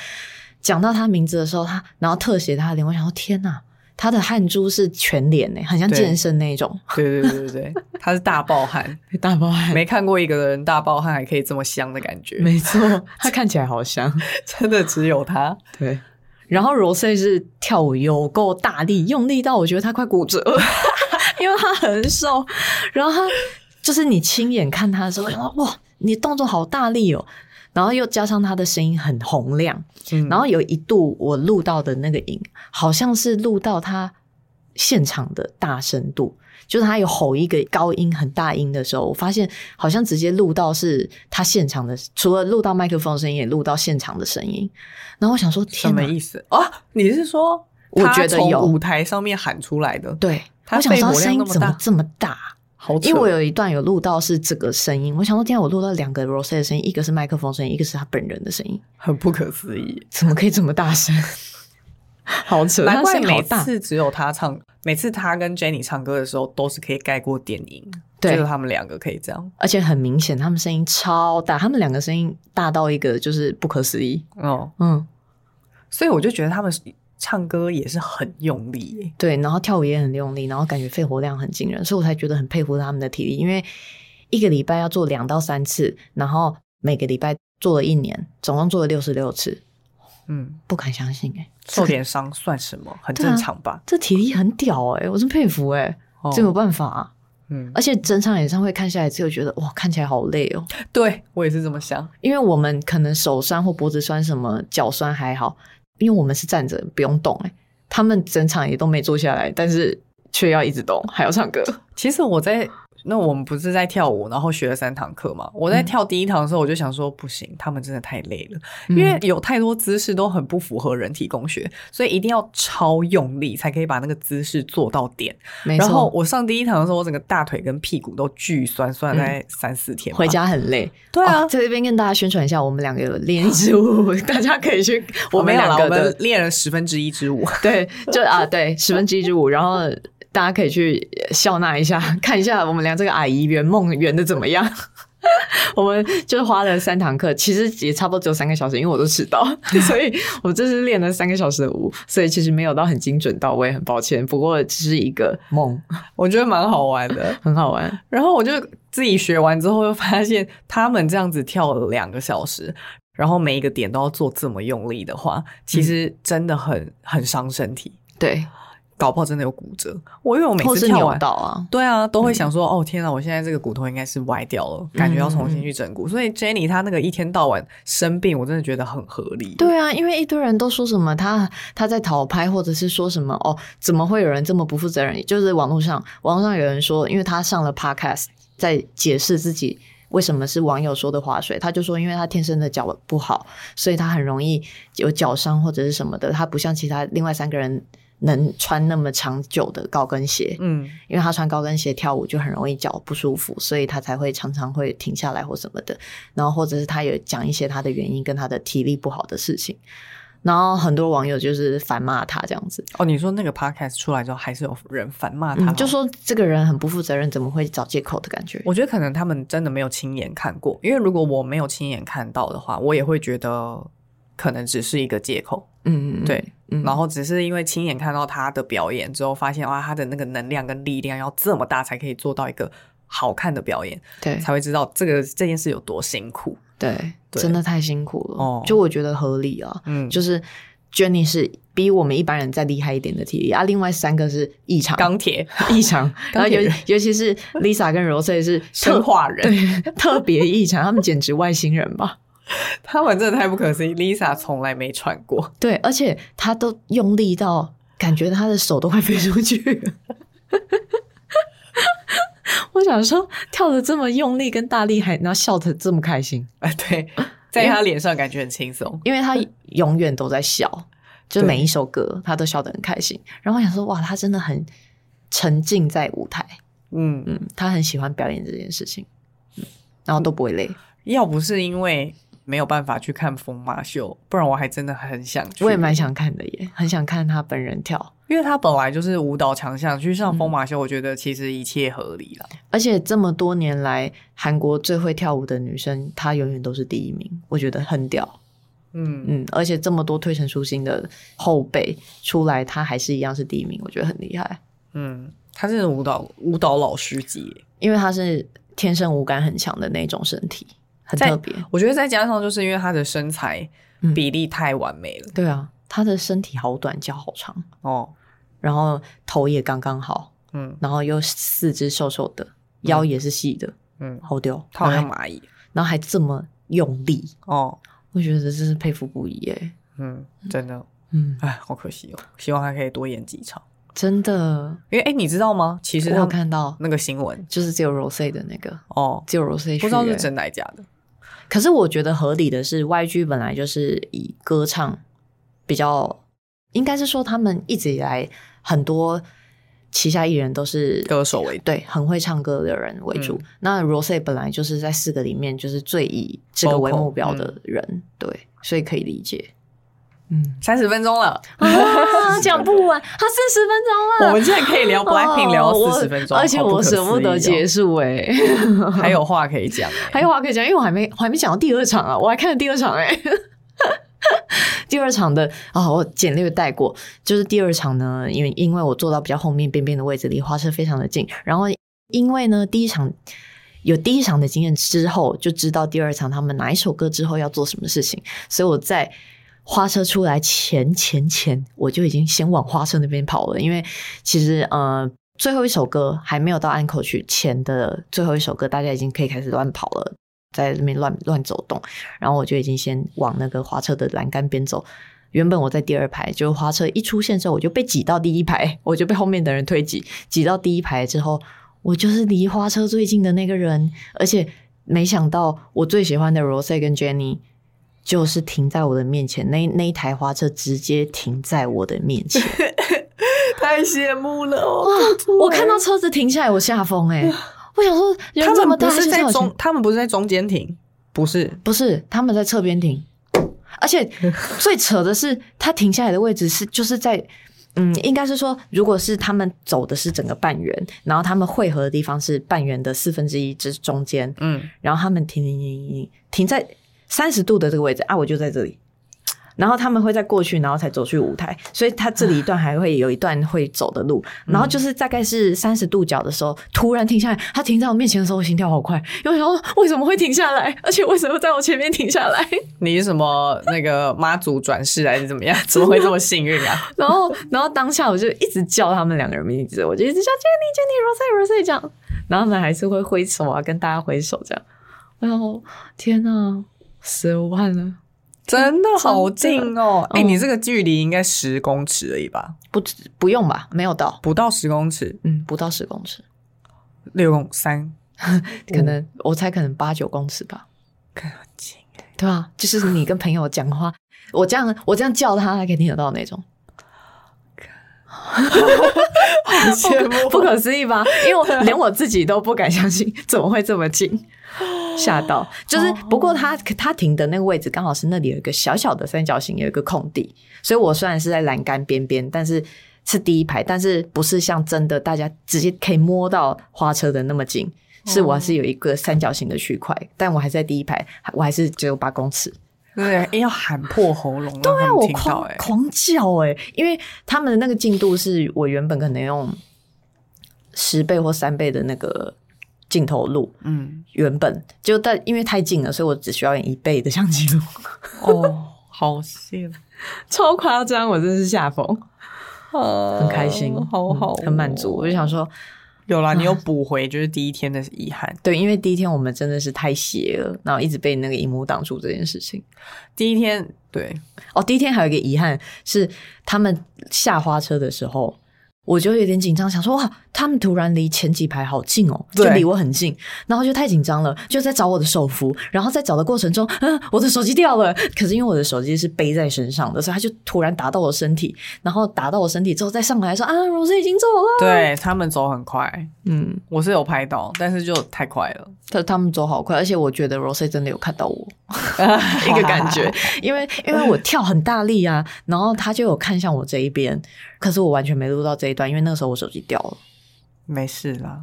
[SPEAKER 2] 讲到他名字的时候，他然后特写他的脸，我想说：“天呐，他的汗珠是全脸欸呢，很像
[SPEAKER 3] 对
[SPEAKER 2] 健身那一种
[SPEAKER 3] 对对对对
[SPEAKER 2] [laughs]
[SPEAKER 3] 对，她是大爆汗，
[SPEAKER 2] 大包汗。
[SPEAKER 3] 没看过一个人大爆汗还可以这么香的感”觉，
[SPEAKER 2] 没错，他看起来好香。
[SPEAKER 3] 真的只有她。
[SPEAKER 2] 对，然后 Rose 是跳舞有够大力，用力到我觉得她快骨折 [laughs] 了，因为她很瘦。然后她就是你亲眼看她的时候，我想说哇，你动作好大力哦。然后又加上她的声音很洪亮，
[SPEAKER 3] 嗯
[SPEAKER 2] 然后有一度我录到的那个音，好像是录到她现场的大声度。就是她有吼一个高音很大音的时候，我发现好像直接录到是她现场的，除了录到麦克风的声音，也录到现场的声音。然后我想说，
[SPEAKER 3] 什
[SPEAKER 2] 天
[SPEAKER 3] 么
[SPEAKER 2] 哪，
[SPEAKER 3] 意思啊？你是说，
[SPEAKER 2] 我觉得有
[SPEAKER 3] 舞台上面喊出来的，
[SPEAKER 2] 对，
[SPEAKER 3] 他
[SPEAKER 2] 我想
[SPEAKER 3] 肺
[SPEAKER 2] 说
[SPEAKER 3] 活量
[SPEAKER 2] 声
[SPEAKER 3] 那
[SPEAKER 2] 音怎
[SPEAKER 3] 么
[SPEAKER 2] 么
[SPEAKER 3] 大
[SPEAKER 2] 这么大？
[SPEAKER 3] 好扯
[SPEAKER 2] 因为我有一段有录到是这个声音，我想说，天啊，我录到两个 Rose 的声音，一个是麦克风声音，一个是他本人的声音，
[SPEAKER 3] 很不可思议，
[SPEAKER 2] 怎么可以这么大 [laughs] 声？好扯，
[SPEAKER 3] 难
[SPEAKER 2] 他
[SPEAKER 3] 怪
[SPEAKER 2] 声音好
[SPEAKER 3] 每
[SPEAKER 2] 大。
[SPEAKER 3] 次只有他唱，每次他跟 Jenny 唱歌的时候都是可以盖过电影，
[SPEAKER 2] 对
[SPEAKER 3] 只有他们两个可以这样。
[SPEAKER 2] 而且很明显，他们声音超大，他们两个声音大到一个就是不可思议。
[SPEAKER 3] 哦，
[SPEAKER 2] 嗯，
[SPEAKER 3] 所以我就觉得他们唱歌也是很用力耶，
[SPEAKER 2] 对，然后跳舞也很用力，然后感觉肺活量很惊人，所以我才觉得很佩服他们的体力，因为一个礼拜要做两到三次，然后每个礼拜做了一年，总共做了六十六次，
[SPEAKER 3] 嗯，
[SPEAKER 2] 不敢相信哎、
[SPEAKER 3] 受点伤算什么？很
[SPEAKER 2] 对啊
[SPEAKER 3] 正常吧？
[SPEAKER 2] 这体力很屌哎、我真佩服哎、
[SPEAKER 3] 哦
[SPEAKER 2] 这有办法、啊。
[SPEAKER 3] 嗯，
[SPEAKER 2] 而且整场演唱会看下来，只有觉得哇，看起来好累哦。
[SPEAKER 3] 对我也是这么想。
[SPEAKER 2] 因为我们可能手酸或脖子酸什么，脚酸还好，因为我们是站着不用动、欸。他们整场也都没坐下来，但是却要一直动，还要唱歌。
[SPEAKER 3] 其实我在那我们不是在跳舞，然后学了三堂课嘛。我在
[SPEAKER 2] 嗯
[SPEAKER 3] 跳第一堂的时候，我就想说不行，他们真的太累了，
[SPEAKER 2] 嗯
[SPEAKER 3] 因为有太多姿势都很不符合人体工学，所以一定要超用力才可以把那个姿势做到点。
[SPEAKER 2] 没
[SPEAKER 3] 然
[SPEAKER 2] 错，
[SPEAKER 3] 后我上第一堂的时候，我整个大腿跟屁股都巨酸，酸了大概三四天
[SPEAKER 2] 嗯
[SPEAKER 3] 吧。
[SPEAKER 2] 回家很累。
[SPEAKER 3] 对啊
[SPEAKER 2] 哦在这边跟大家宣传一下，我们两个有练一支
[SPEAKER 3] [laughs]
[SPEAKER 2] 舞，大家可以去
[SPEAKER 3] 哦
[SPEAKER 2] 我们
[SPEAKER 3] 没有啦
[SPEAKER 2] 两个
[SPEAKER 3] 我们
[SPEAKER 2] 的
[SPEAKER 3] 练了十分之一支舞。
[SPEAKER 2] [laughs] 对，就啊对十分之一支舞，然后。大家可以去笑纳一下，看一下我们俩这个阿姨圆梦圆的怎么样。 [laughs] 我们就是花了三堂课，其实也差不多只有三个小时，因为我都迟到， [laughs] 所以我这是练了三个小时的舞，所以其实没有到很精准到位，很抱歉。不过只是一个梦，
[SPEAKER 3] 我觉得蛮好玩的。
[SPEAKER 2] 很好玩。
[SPEAKER 3] 然后我就自己学完之后，又发现他们这样子跳了两个小时，然后每一个点都要做这么用力的话，
[SPEAKER 2] 嗯
[SPEAKER 3] 其实真的很、很伤身体，
[SPEAKER 2] 对，
[SPEAKER 3] 搞不好真的有骨折。我因为我每
[SPEAKER 2] 或
[SPEAKER 3] 次
[SPEAKER 2] 是
[SPEAKER 3] 跳
[SPEAKER 2] 扭
[SPEAKER 3] 完。
[SPEAKER 2] 到啊，
[SPEAKER 3] 对啊，都会想说，哦天啊，我现在这个骨头应该是歪掉了，感觉要重
[SPEAKER 2] 嗯
[SPEAKER 3] 新去整骨。所以 Jenny 她那个一天到晚生病，我真的觉得很合理。
[SPEAKER 2] 对啊，因为一堆人都说什么他他在讨拍，或者是说什么哦，怎么会有人这么不负责任？就是网络上，网络上有人说，因为他上了 podcast，在解释自己为什么是网友说的划水，他就说，因为他天生的脚不好，所以他很容易有脚伤或者是什么的，他不像其他另外三个人能穿那么长久的高跟鞋。
[SPEAKER 3] 嗯，
[SPEAKER 2] 因为他穿高跟鞋跳舞就很容易脚不舒服，所以他才会常常会停下来或什么的。然后或者是他有讲一些他的原因跟他的体力不好的事情，然后很多网友就是反骂他这样子，
[SPEAKER 3] 哦，你说那个 podcast 出来之后，还是有人反骂他、
[SPEAKER 2] 嗯，就说这个人很不负责任，怎么会找借口的感觉？
[SPEAKER 3] 我觉得可能他们真的没有亲眼看过，因为如果我没有亲眼看到的话，我也会觉得可能只是一个借口。
[SPEAKER 2] 嗯，嗯，
[SPEAKER 3] 对，
[SPEAKER 2] 嗯
[SPEAKER 3] 然后只是因为亲眼看到他的表演之后，发现哇，他的那个能量跟力量要这么大才可以做到一个好看的表演，
[SPEAKER 2] 嗯对
[SPEAKER 3] 才会知道这个这件事有多辛苦。
[SPEAKER 2] 对，
[SPEAKER 3] 对
[SPEAKER 2] 真的太辛苦了，
[SPEAKER 3] 哦
[SPEAKER 2] 就我觉得合理啊，
[SPEAKER 3] 嗯，
[SPEAKER 2] 就是 Jenny 是比我们一般人再厉害一点的体力啊，另外三个是异常
[SPEAKER 3] 钢 [laughs] 铁
[SPEAKER 2] 异常，然
[SPEAKER 3] 钢
[SPEAKER 2] 后
[SPEAKER 3] 铁
[SPEAKER 2] 尤
[SPEAKER 3] 人
[SPEAKER 2] 尤其是 Lisa 跟 Rose 是特
[SPEAKER 3] 生化人，
[SPEAKER 2] 对， [laughs] 特别异常，他们简直外星人吧？
[SPEAKER 3] 他们真的太不可思议。Lisa 从来没喘过，
[SPEAKER 2] [laughs] 对，而且他都用力到感觉他的手都快飞出去了。 [laughs] 我想说，跳的这么用力跟大力还，然后笑的这么开心，
[SPEAKER 3] 哎，对，在他脸上感觉很轻松。
[SPEAKER 2] 因为他永远都在笑，就
[SPEAKER 3] 对
[SPEAKER 2] 每一首歌他都笑得很开心。然后我想说，哇，他真的很沉浸在舞台，
[SPEAKER 3] 嗯，
[SPEAKER 2] 嗯，他很喜欢表演这件事情，嗯，然后都不会累。
[SPEAKER 3] 要不是因为没有办法去看疯马秀，不然我还真的很想去。
[SPEAKER 2] 我也蛮，想看的耶，很想看他本人跳。
[SPEAKER 3] 因为他本来就是舞蹈强项，去上疯马秀，我觉得其实一切合理了。
[SPEAKER 2] 而且这么多年来，韩国最会跳舞的女生，她永远都是第一名，我觉得很屌。
[SPEAKER 3] 嗯，
[SPEAKER 2] 嗯，而且这么多推陈出新的后辈出来，她还是一样是第一名，我觉得很厉害。
[SPEAKER 3] 嗯，他是舞蹈舞蹈老师级，
[SPEAKER 2] 因为她是天生舞感很强的那种身体，很
[SPEAKER 3] 在
[SPEAKER 2] 特别。
[SPEAKER 3] 我觉得再加上就是因为他的身材
[SPEAKER 2] 嗯
[SPEAKER 3] 比例太完美了、
[SPEAKER 2] 对啊，她的身体好短，脚好长，
[SPEAKER 3] 哦。
[SPEAKER 2] 然后头也刚刚好，
[SPEAKER 3] 嗯
[SPEAKER 2] 然后又四肢瘦瘦的，腰也是细的，
[SPEAKER 3] 嗯，
[SPEAKER 2] 嗯好屌。
[SPEAKER 3] 他好
[SPEAKER 2] 然
[SPEAKER 3] 像
[SPEAKER 2] 后还
[SPEAKER 3] 蚂蚁
[SPEAKER 2] 然后还这么用力，
[SPEAKER 3] 哦。
[SPEAKER 2] 我觉得真是佩服不已耶。
[SPEAKER 3] 嗯，真的，
[SPEAKER 2] 嗯，
[SPEAKER 3] 哎，好可惜哦。希望他可以多演几场，
[SPEAKER 2] 真的。
[SPEAKER 3] 因为哎，你知道吗？其实
[SPEAKER 2] 我
[SPEAKER 3] 他
[SPEAKER 2] 有看到，
[SPEAKER 3] 那个新闻
[SPEAKER 2] 就是只有 Rose 的那个，
[SPEAKER 3] 哦，
[SPEAKER 2] 只有 Rose
[SPEAKER 3] 不知道
[SPEAKER 2] 去
[SPEAKER 3] 是
[SPEAKER 2] 欸
[SPEAKER 3] 真的还假的。
[SPEAKER 2] 可是我觉得合理的是，YG 本来就是以歌唱比较，应该是说他们一直以来很多旗下艺人都是
[SPEAKER 3] 歌手为主
[SPEAKER 2] 对很会唱歌的人为主。那 Rose 本来就是在四个里面就是最以这个为
[SPEAKER 3] Vocal，
[SPEAKER 2] 目标的人，对，所以可以理解。嗯 [laughs]
[SPEAKER 3] 三十分钟了，
[SPEAKER 2] 啊，讲不完，他四十分钟了，
[SPEAKER 3] 我们竟然可以聊 Blackpink 聊
[SPEAKER 2] [laughs] 哦我
[SPEAKER 3] 四十分钟，
[SPEAKER 2] 而且
[SPEAKER 3] 好
[SPEAKER 2] 我
[SPEAKER 3] 可
[SPEAKER 2] 舍不
[SPEAKER 3] 思议
[SPEAKER 2] 得
[SPEAKER 3] 哦
[SPEAKER 2] 结，束哎、
[SPEAKER 3] 还有话可以讲欸。
[SPEAKER 2] [laughs] 还有话可以讲，因为我还没我还没讲到第二场啊，我还看了第二场哎、 [laughs] 第二场的啊、我简略带过，就是第二场呢，因为因为我坐到比较后面边边的位置，离花车非常的近。然后因为呢，第一场有第一场的经验之后，就知道第二场他们哪一首歌之后要做什么事情，所以我在花车出来前前前，我就已经先往花车那边跑了，因为其实呃。最后一首歌还没有到安口曲前的最后一首歌，大家已经可以开始乱跑了，在那边乱乱走动。然后我就已经先往那个花车的栏杆边走。原本我在第二排，就是花车一出现之后，我就被挤到第一排，我就被后面的人推挤，挤到第一排之后，我就是离花车最近的那个人。而且没想到，我最喜欢的 Rose 跟 Jenny 就是停在我的面前，那那一台花车直接停在我的面前。
[SPEAKER 3] 太羡慕了！哇
[SPEAKER 2] 我哦看到车子停下来，我吓疯哎！我想说，人
[SPEAKER 3] 他
[SPEAKER 2] 这么
[SPEAKER 3] 们
[SPEAKER 2] 大
[SPEAKER 3] 不
[SPEAKER 2] 还
[SPEAKER 3] 是在
[SPEAKER 2] 跳
[SPEAKER 3] 中，他们不是在中间停，不是
[SPEAKER 2] 不是，他们在侧边停，而
[SPEAKER 3] [laughs]
[SPEAKER 2] 且最扯的是，他停下来的位置是就是在，嗯，应该是说，如果是他们走的是整个半圆，然后他们汇合的地方是半圆的四分之一之中间，
[SPEAKER 3] 嗯，
[SPEAKER 2] 然后他们停停停停停停在三十度的这个位置啊，我就在这里。然后他们会再过去，然后才走去舞台，所以他这里一段还会有一段会走的路。然后就是大概是三十度角的时候，突然停下来。他停在我面前的时候，我心跳好快，因为我想说为什么会停下来，而且为什么在我前面停下来？
[SPEAKER 3] 你是什么那个妈祖转世还是怎么样？ [laughs] 怎么会这么幸运
[SPEAKER 2] [laughs]
[SPEAKER 3] 啊？
[SPEAKER 2] 然后，然后当下我就一直叫他们两个人名字，我就一直叫 Jenny、Jenny、Rose、Rose 这样，然后他们还是会挥手啊，跟大家挥手这样。然后天呐，十五万了，
[SPEAKER 3] 真的好近哦！哎、
[SPEAKER 2] 嗯
[SPEAKER 3] 你这个距离应该十公尺而已吧？
[SPEAKER 2] 不不用吧？没有到，
[SPEAKER 3] 不到十公尺，
[SPEAKER 2] 嗯，不到十公尺，
[SPEAKER 3] 六公三，
[SPEAKER 2] 可能、我猜可能八九公尺吧。
[SPEAKER 3] 看很近哎。
[SPEAKER 2] 对啊，就是你跟朋友讲话，我这样我这样叫他，他可以听得到那种，
[SPEAKER 3] 很羡慕
[SPEAKER 2] 不可思议吧？因为我连我自己都不敢相信，怎么会这么近？吓到！就是不过他他停的那个位置刚好是那里有一个小小的三角形，有一个空地，所以我虽然是在栏杆边边，但是是第一排，但是不是像真的大家直接可以摸到花车的那么近。是我还是有一个三角形的区块，但我还在第一排，我还是只有八公尺。
[SPEAKER 3] [laughs] 对，要喊破喉咙，
[SPEAKER 2] 对
[SPEAKER 3] 对
[SPEAKER 2] 啊，
[SPEAKER 3] 让他
[SPEAKER 2] 我
[SPEAKER 3] 们听到
[SPEAKER 2] 狂
[SPEAKER 3] 哎、
[SPEAKER 2] 狂叫哎、因为他们的那个进度是我原本可能用十倍或三倍的那个镜头录， [laughs]
[SPEAKER 3] 嗯，
[SPEAKER 2] 原本就但因为太近了，所以我只需要用一倍的相机录，
[SPEAKER 3] 哦，好羡
[SPEAKER 2] 超夸张，我真是吓疯，
[SPEAKER 3] 慕，
[SPEAKER 2] 很开心，
[SPEAKER 3] 哦好好、
[SPEAKER 2] 嗯很满足。我就想说，
[SPEAKER 3] 有啦，你有补回就是第一天的遗憾。
[SPEAKER 2] 对，因为第一天我们真的是太邪了，然后一直被那个荧幕挡住这件事情。
[SPEAKER 3] 第一天，对，
[SPEAKER 2] 哦，第一天还有一个遗憾是，他们下花车的时候，我就有点紧张，想说哇，他们突然离前几排好近哦，就
[SPEAKER 3] 对
[SPEAKER 2] 离我很近，然后就太紧张了，就在找我的手幅，然后在找的过程中，嗯、我的手机掉了，可是因为我的手机是背在身上的，所以它就突然打到我身体，然后打到我身体之后再上来说啊，Rose 已经走了，
[SPEAKER 3] 对他们走很快，
[SPEAKER 2] 嗯，
[SPEAKER 3] 我是有拍到，但是就太快了。
[SPEAKER 2] 他他们走好快，而且我觉得 Rose 真的有看到我， [laughs] 一个感 [laughs] 觉，因为因为我跳很大力啊，然后他就有看向我这一边，可是我完全没录到这一段，因为那个时候我手机掉了
[SPEAKER 3] 没事啦，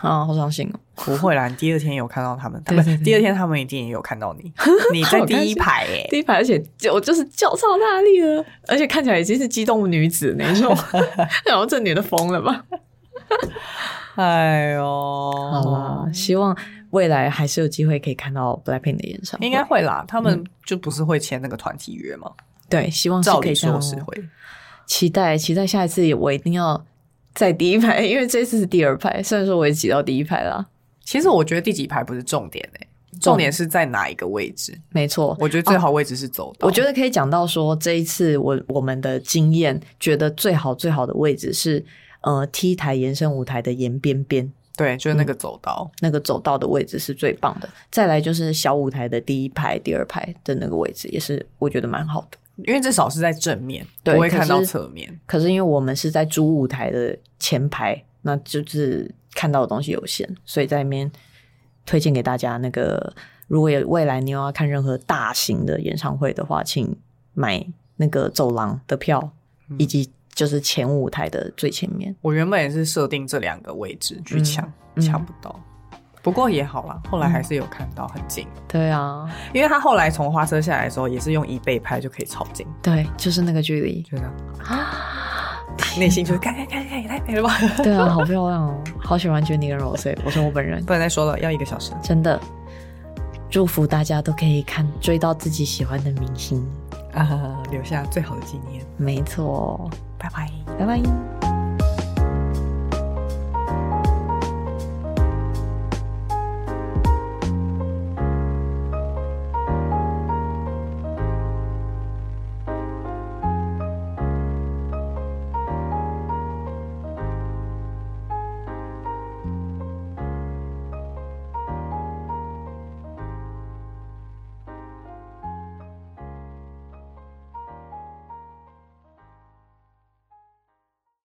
[SPEAKER 2] 啊，好伤心哦。
[SPEAKER 3] 不会啦。你第二天有看到他们，他
[SPEAKER 2] 对
[SPEAKER 3] 们
[SPEAKER 2] 对对
[SPEAKER 3] 第二天他们一定也有看到
[SPEAKER 2] [laughs]
[SPEAKER 3] 你，你在第一排欸耶、
[SPEAKER 2] 第一排，而且我就是叫超大力了，而且看起来已经是激动女子那 [laughs] 种，然后这女的疯了吧？
[SPEAKER 3] 哎呦，
[SPEAKER 2] 好啦，希望未来还是有机会可以看到 Blackpink 的演唱会，
[SPEAKER 3] 应该会啦。他们就不是会签那个团体约吗？
[SPEAKER 2] 对，希嗯望是
[SPEAKER 3] 照
[SPEAKER 2] 可以
[SPEAKER 3] 理
[SPEAKER 2] 这样
[SPEAKER 3] 说
[SPEAKER 2] 哦
[SPEAKER 3] 是会。
[SPEAKER 2] 期待期待下一次我一定要在第一排，因为这次是第二排，虽然说我也挤到第一排啦，
[SPEAKER 3] 其实我觉得第几排不是重点诶、重点是在哪一个位置。
[SPEAKER 2] 没错。
[SPEAKER 3] 我觉得最好位置是走道。
[SPEAKER 2] 我觉得可以讲到说，这一次我我们的经验，觉得最好最好的位置是呃 T 台延伸舞台的沿边边
[SPEAKER 3] 对，就是那个走道。
[SPEAKER 2] 那个走道的位置是最棒的。再来就是小舞台的第一排、第二排的那个位置，也是我觉得蛮好的。
[SPEAKER 3] 因为至少是在正面，
[SPEAKER 2] 对
[SPEAKER 3] 不会看到
[SPEAKER 2] 可是
[SPEAKER 3] 侧面。
[SPEAKER 2] 可是因为我们是在主舞台的前排，那就是看到的东西有限，所以在那边推荐给大家那个，如果有未来你有要看任何大型的演唱会的话，请买那个走廊的票，以及就是前舞台的最前面。
[SPEAKER 3] 我原本也是设定这两个位置去抢，
[SPEAKER 2] 嗯
[SPEAKER 3] 抢、不到。不过也好啦，后来还是有看到很近，
[SPEAKER 2] 对啊，
[SPEAKER 3] 因为他后来从花车下来的时候，也是用一倍拍就可以超近，
[SPEAKER 2] 对，啊就是那个距离。啊
[SPEAKER 3] 就这样，内心就看看看看也太美了吧！
[SPEAKER 2] 对啊，好漂亮哦，好喜欢 Jenny 跟 Rose。我说我本人
[SPEAKER 3] 不能再说了，要一个小时。
[SPEAKER 2] 真的祝福大家都可以看追到自己喜欢的明星。啊，留下最好的纪念。
[SPEAKER 3] 没错，
[SPEAKER 2] 拜拜。
[SPEAKER 3] 拜拜。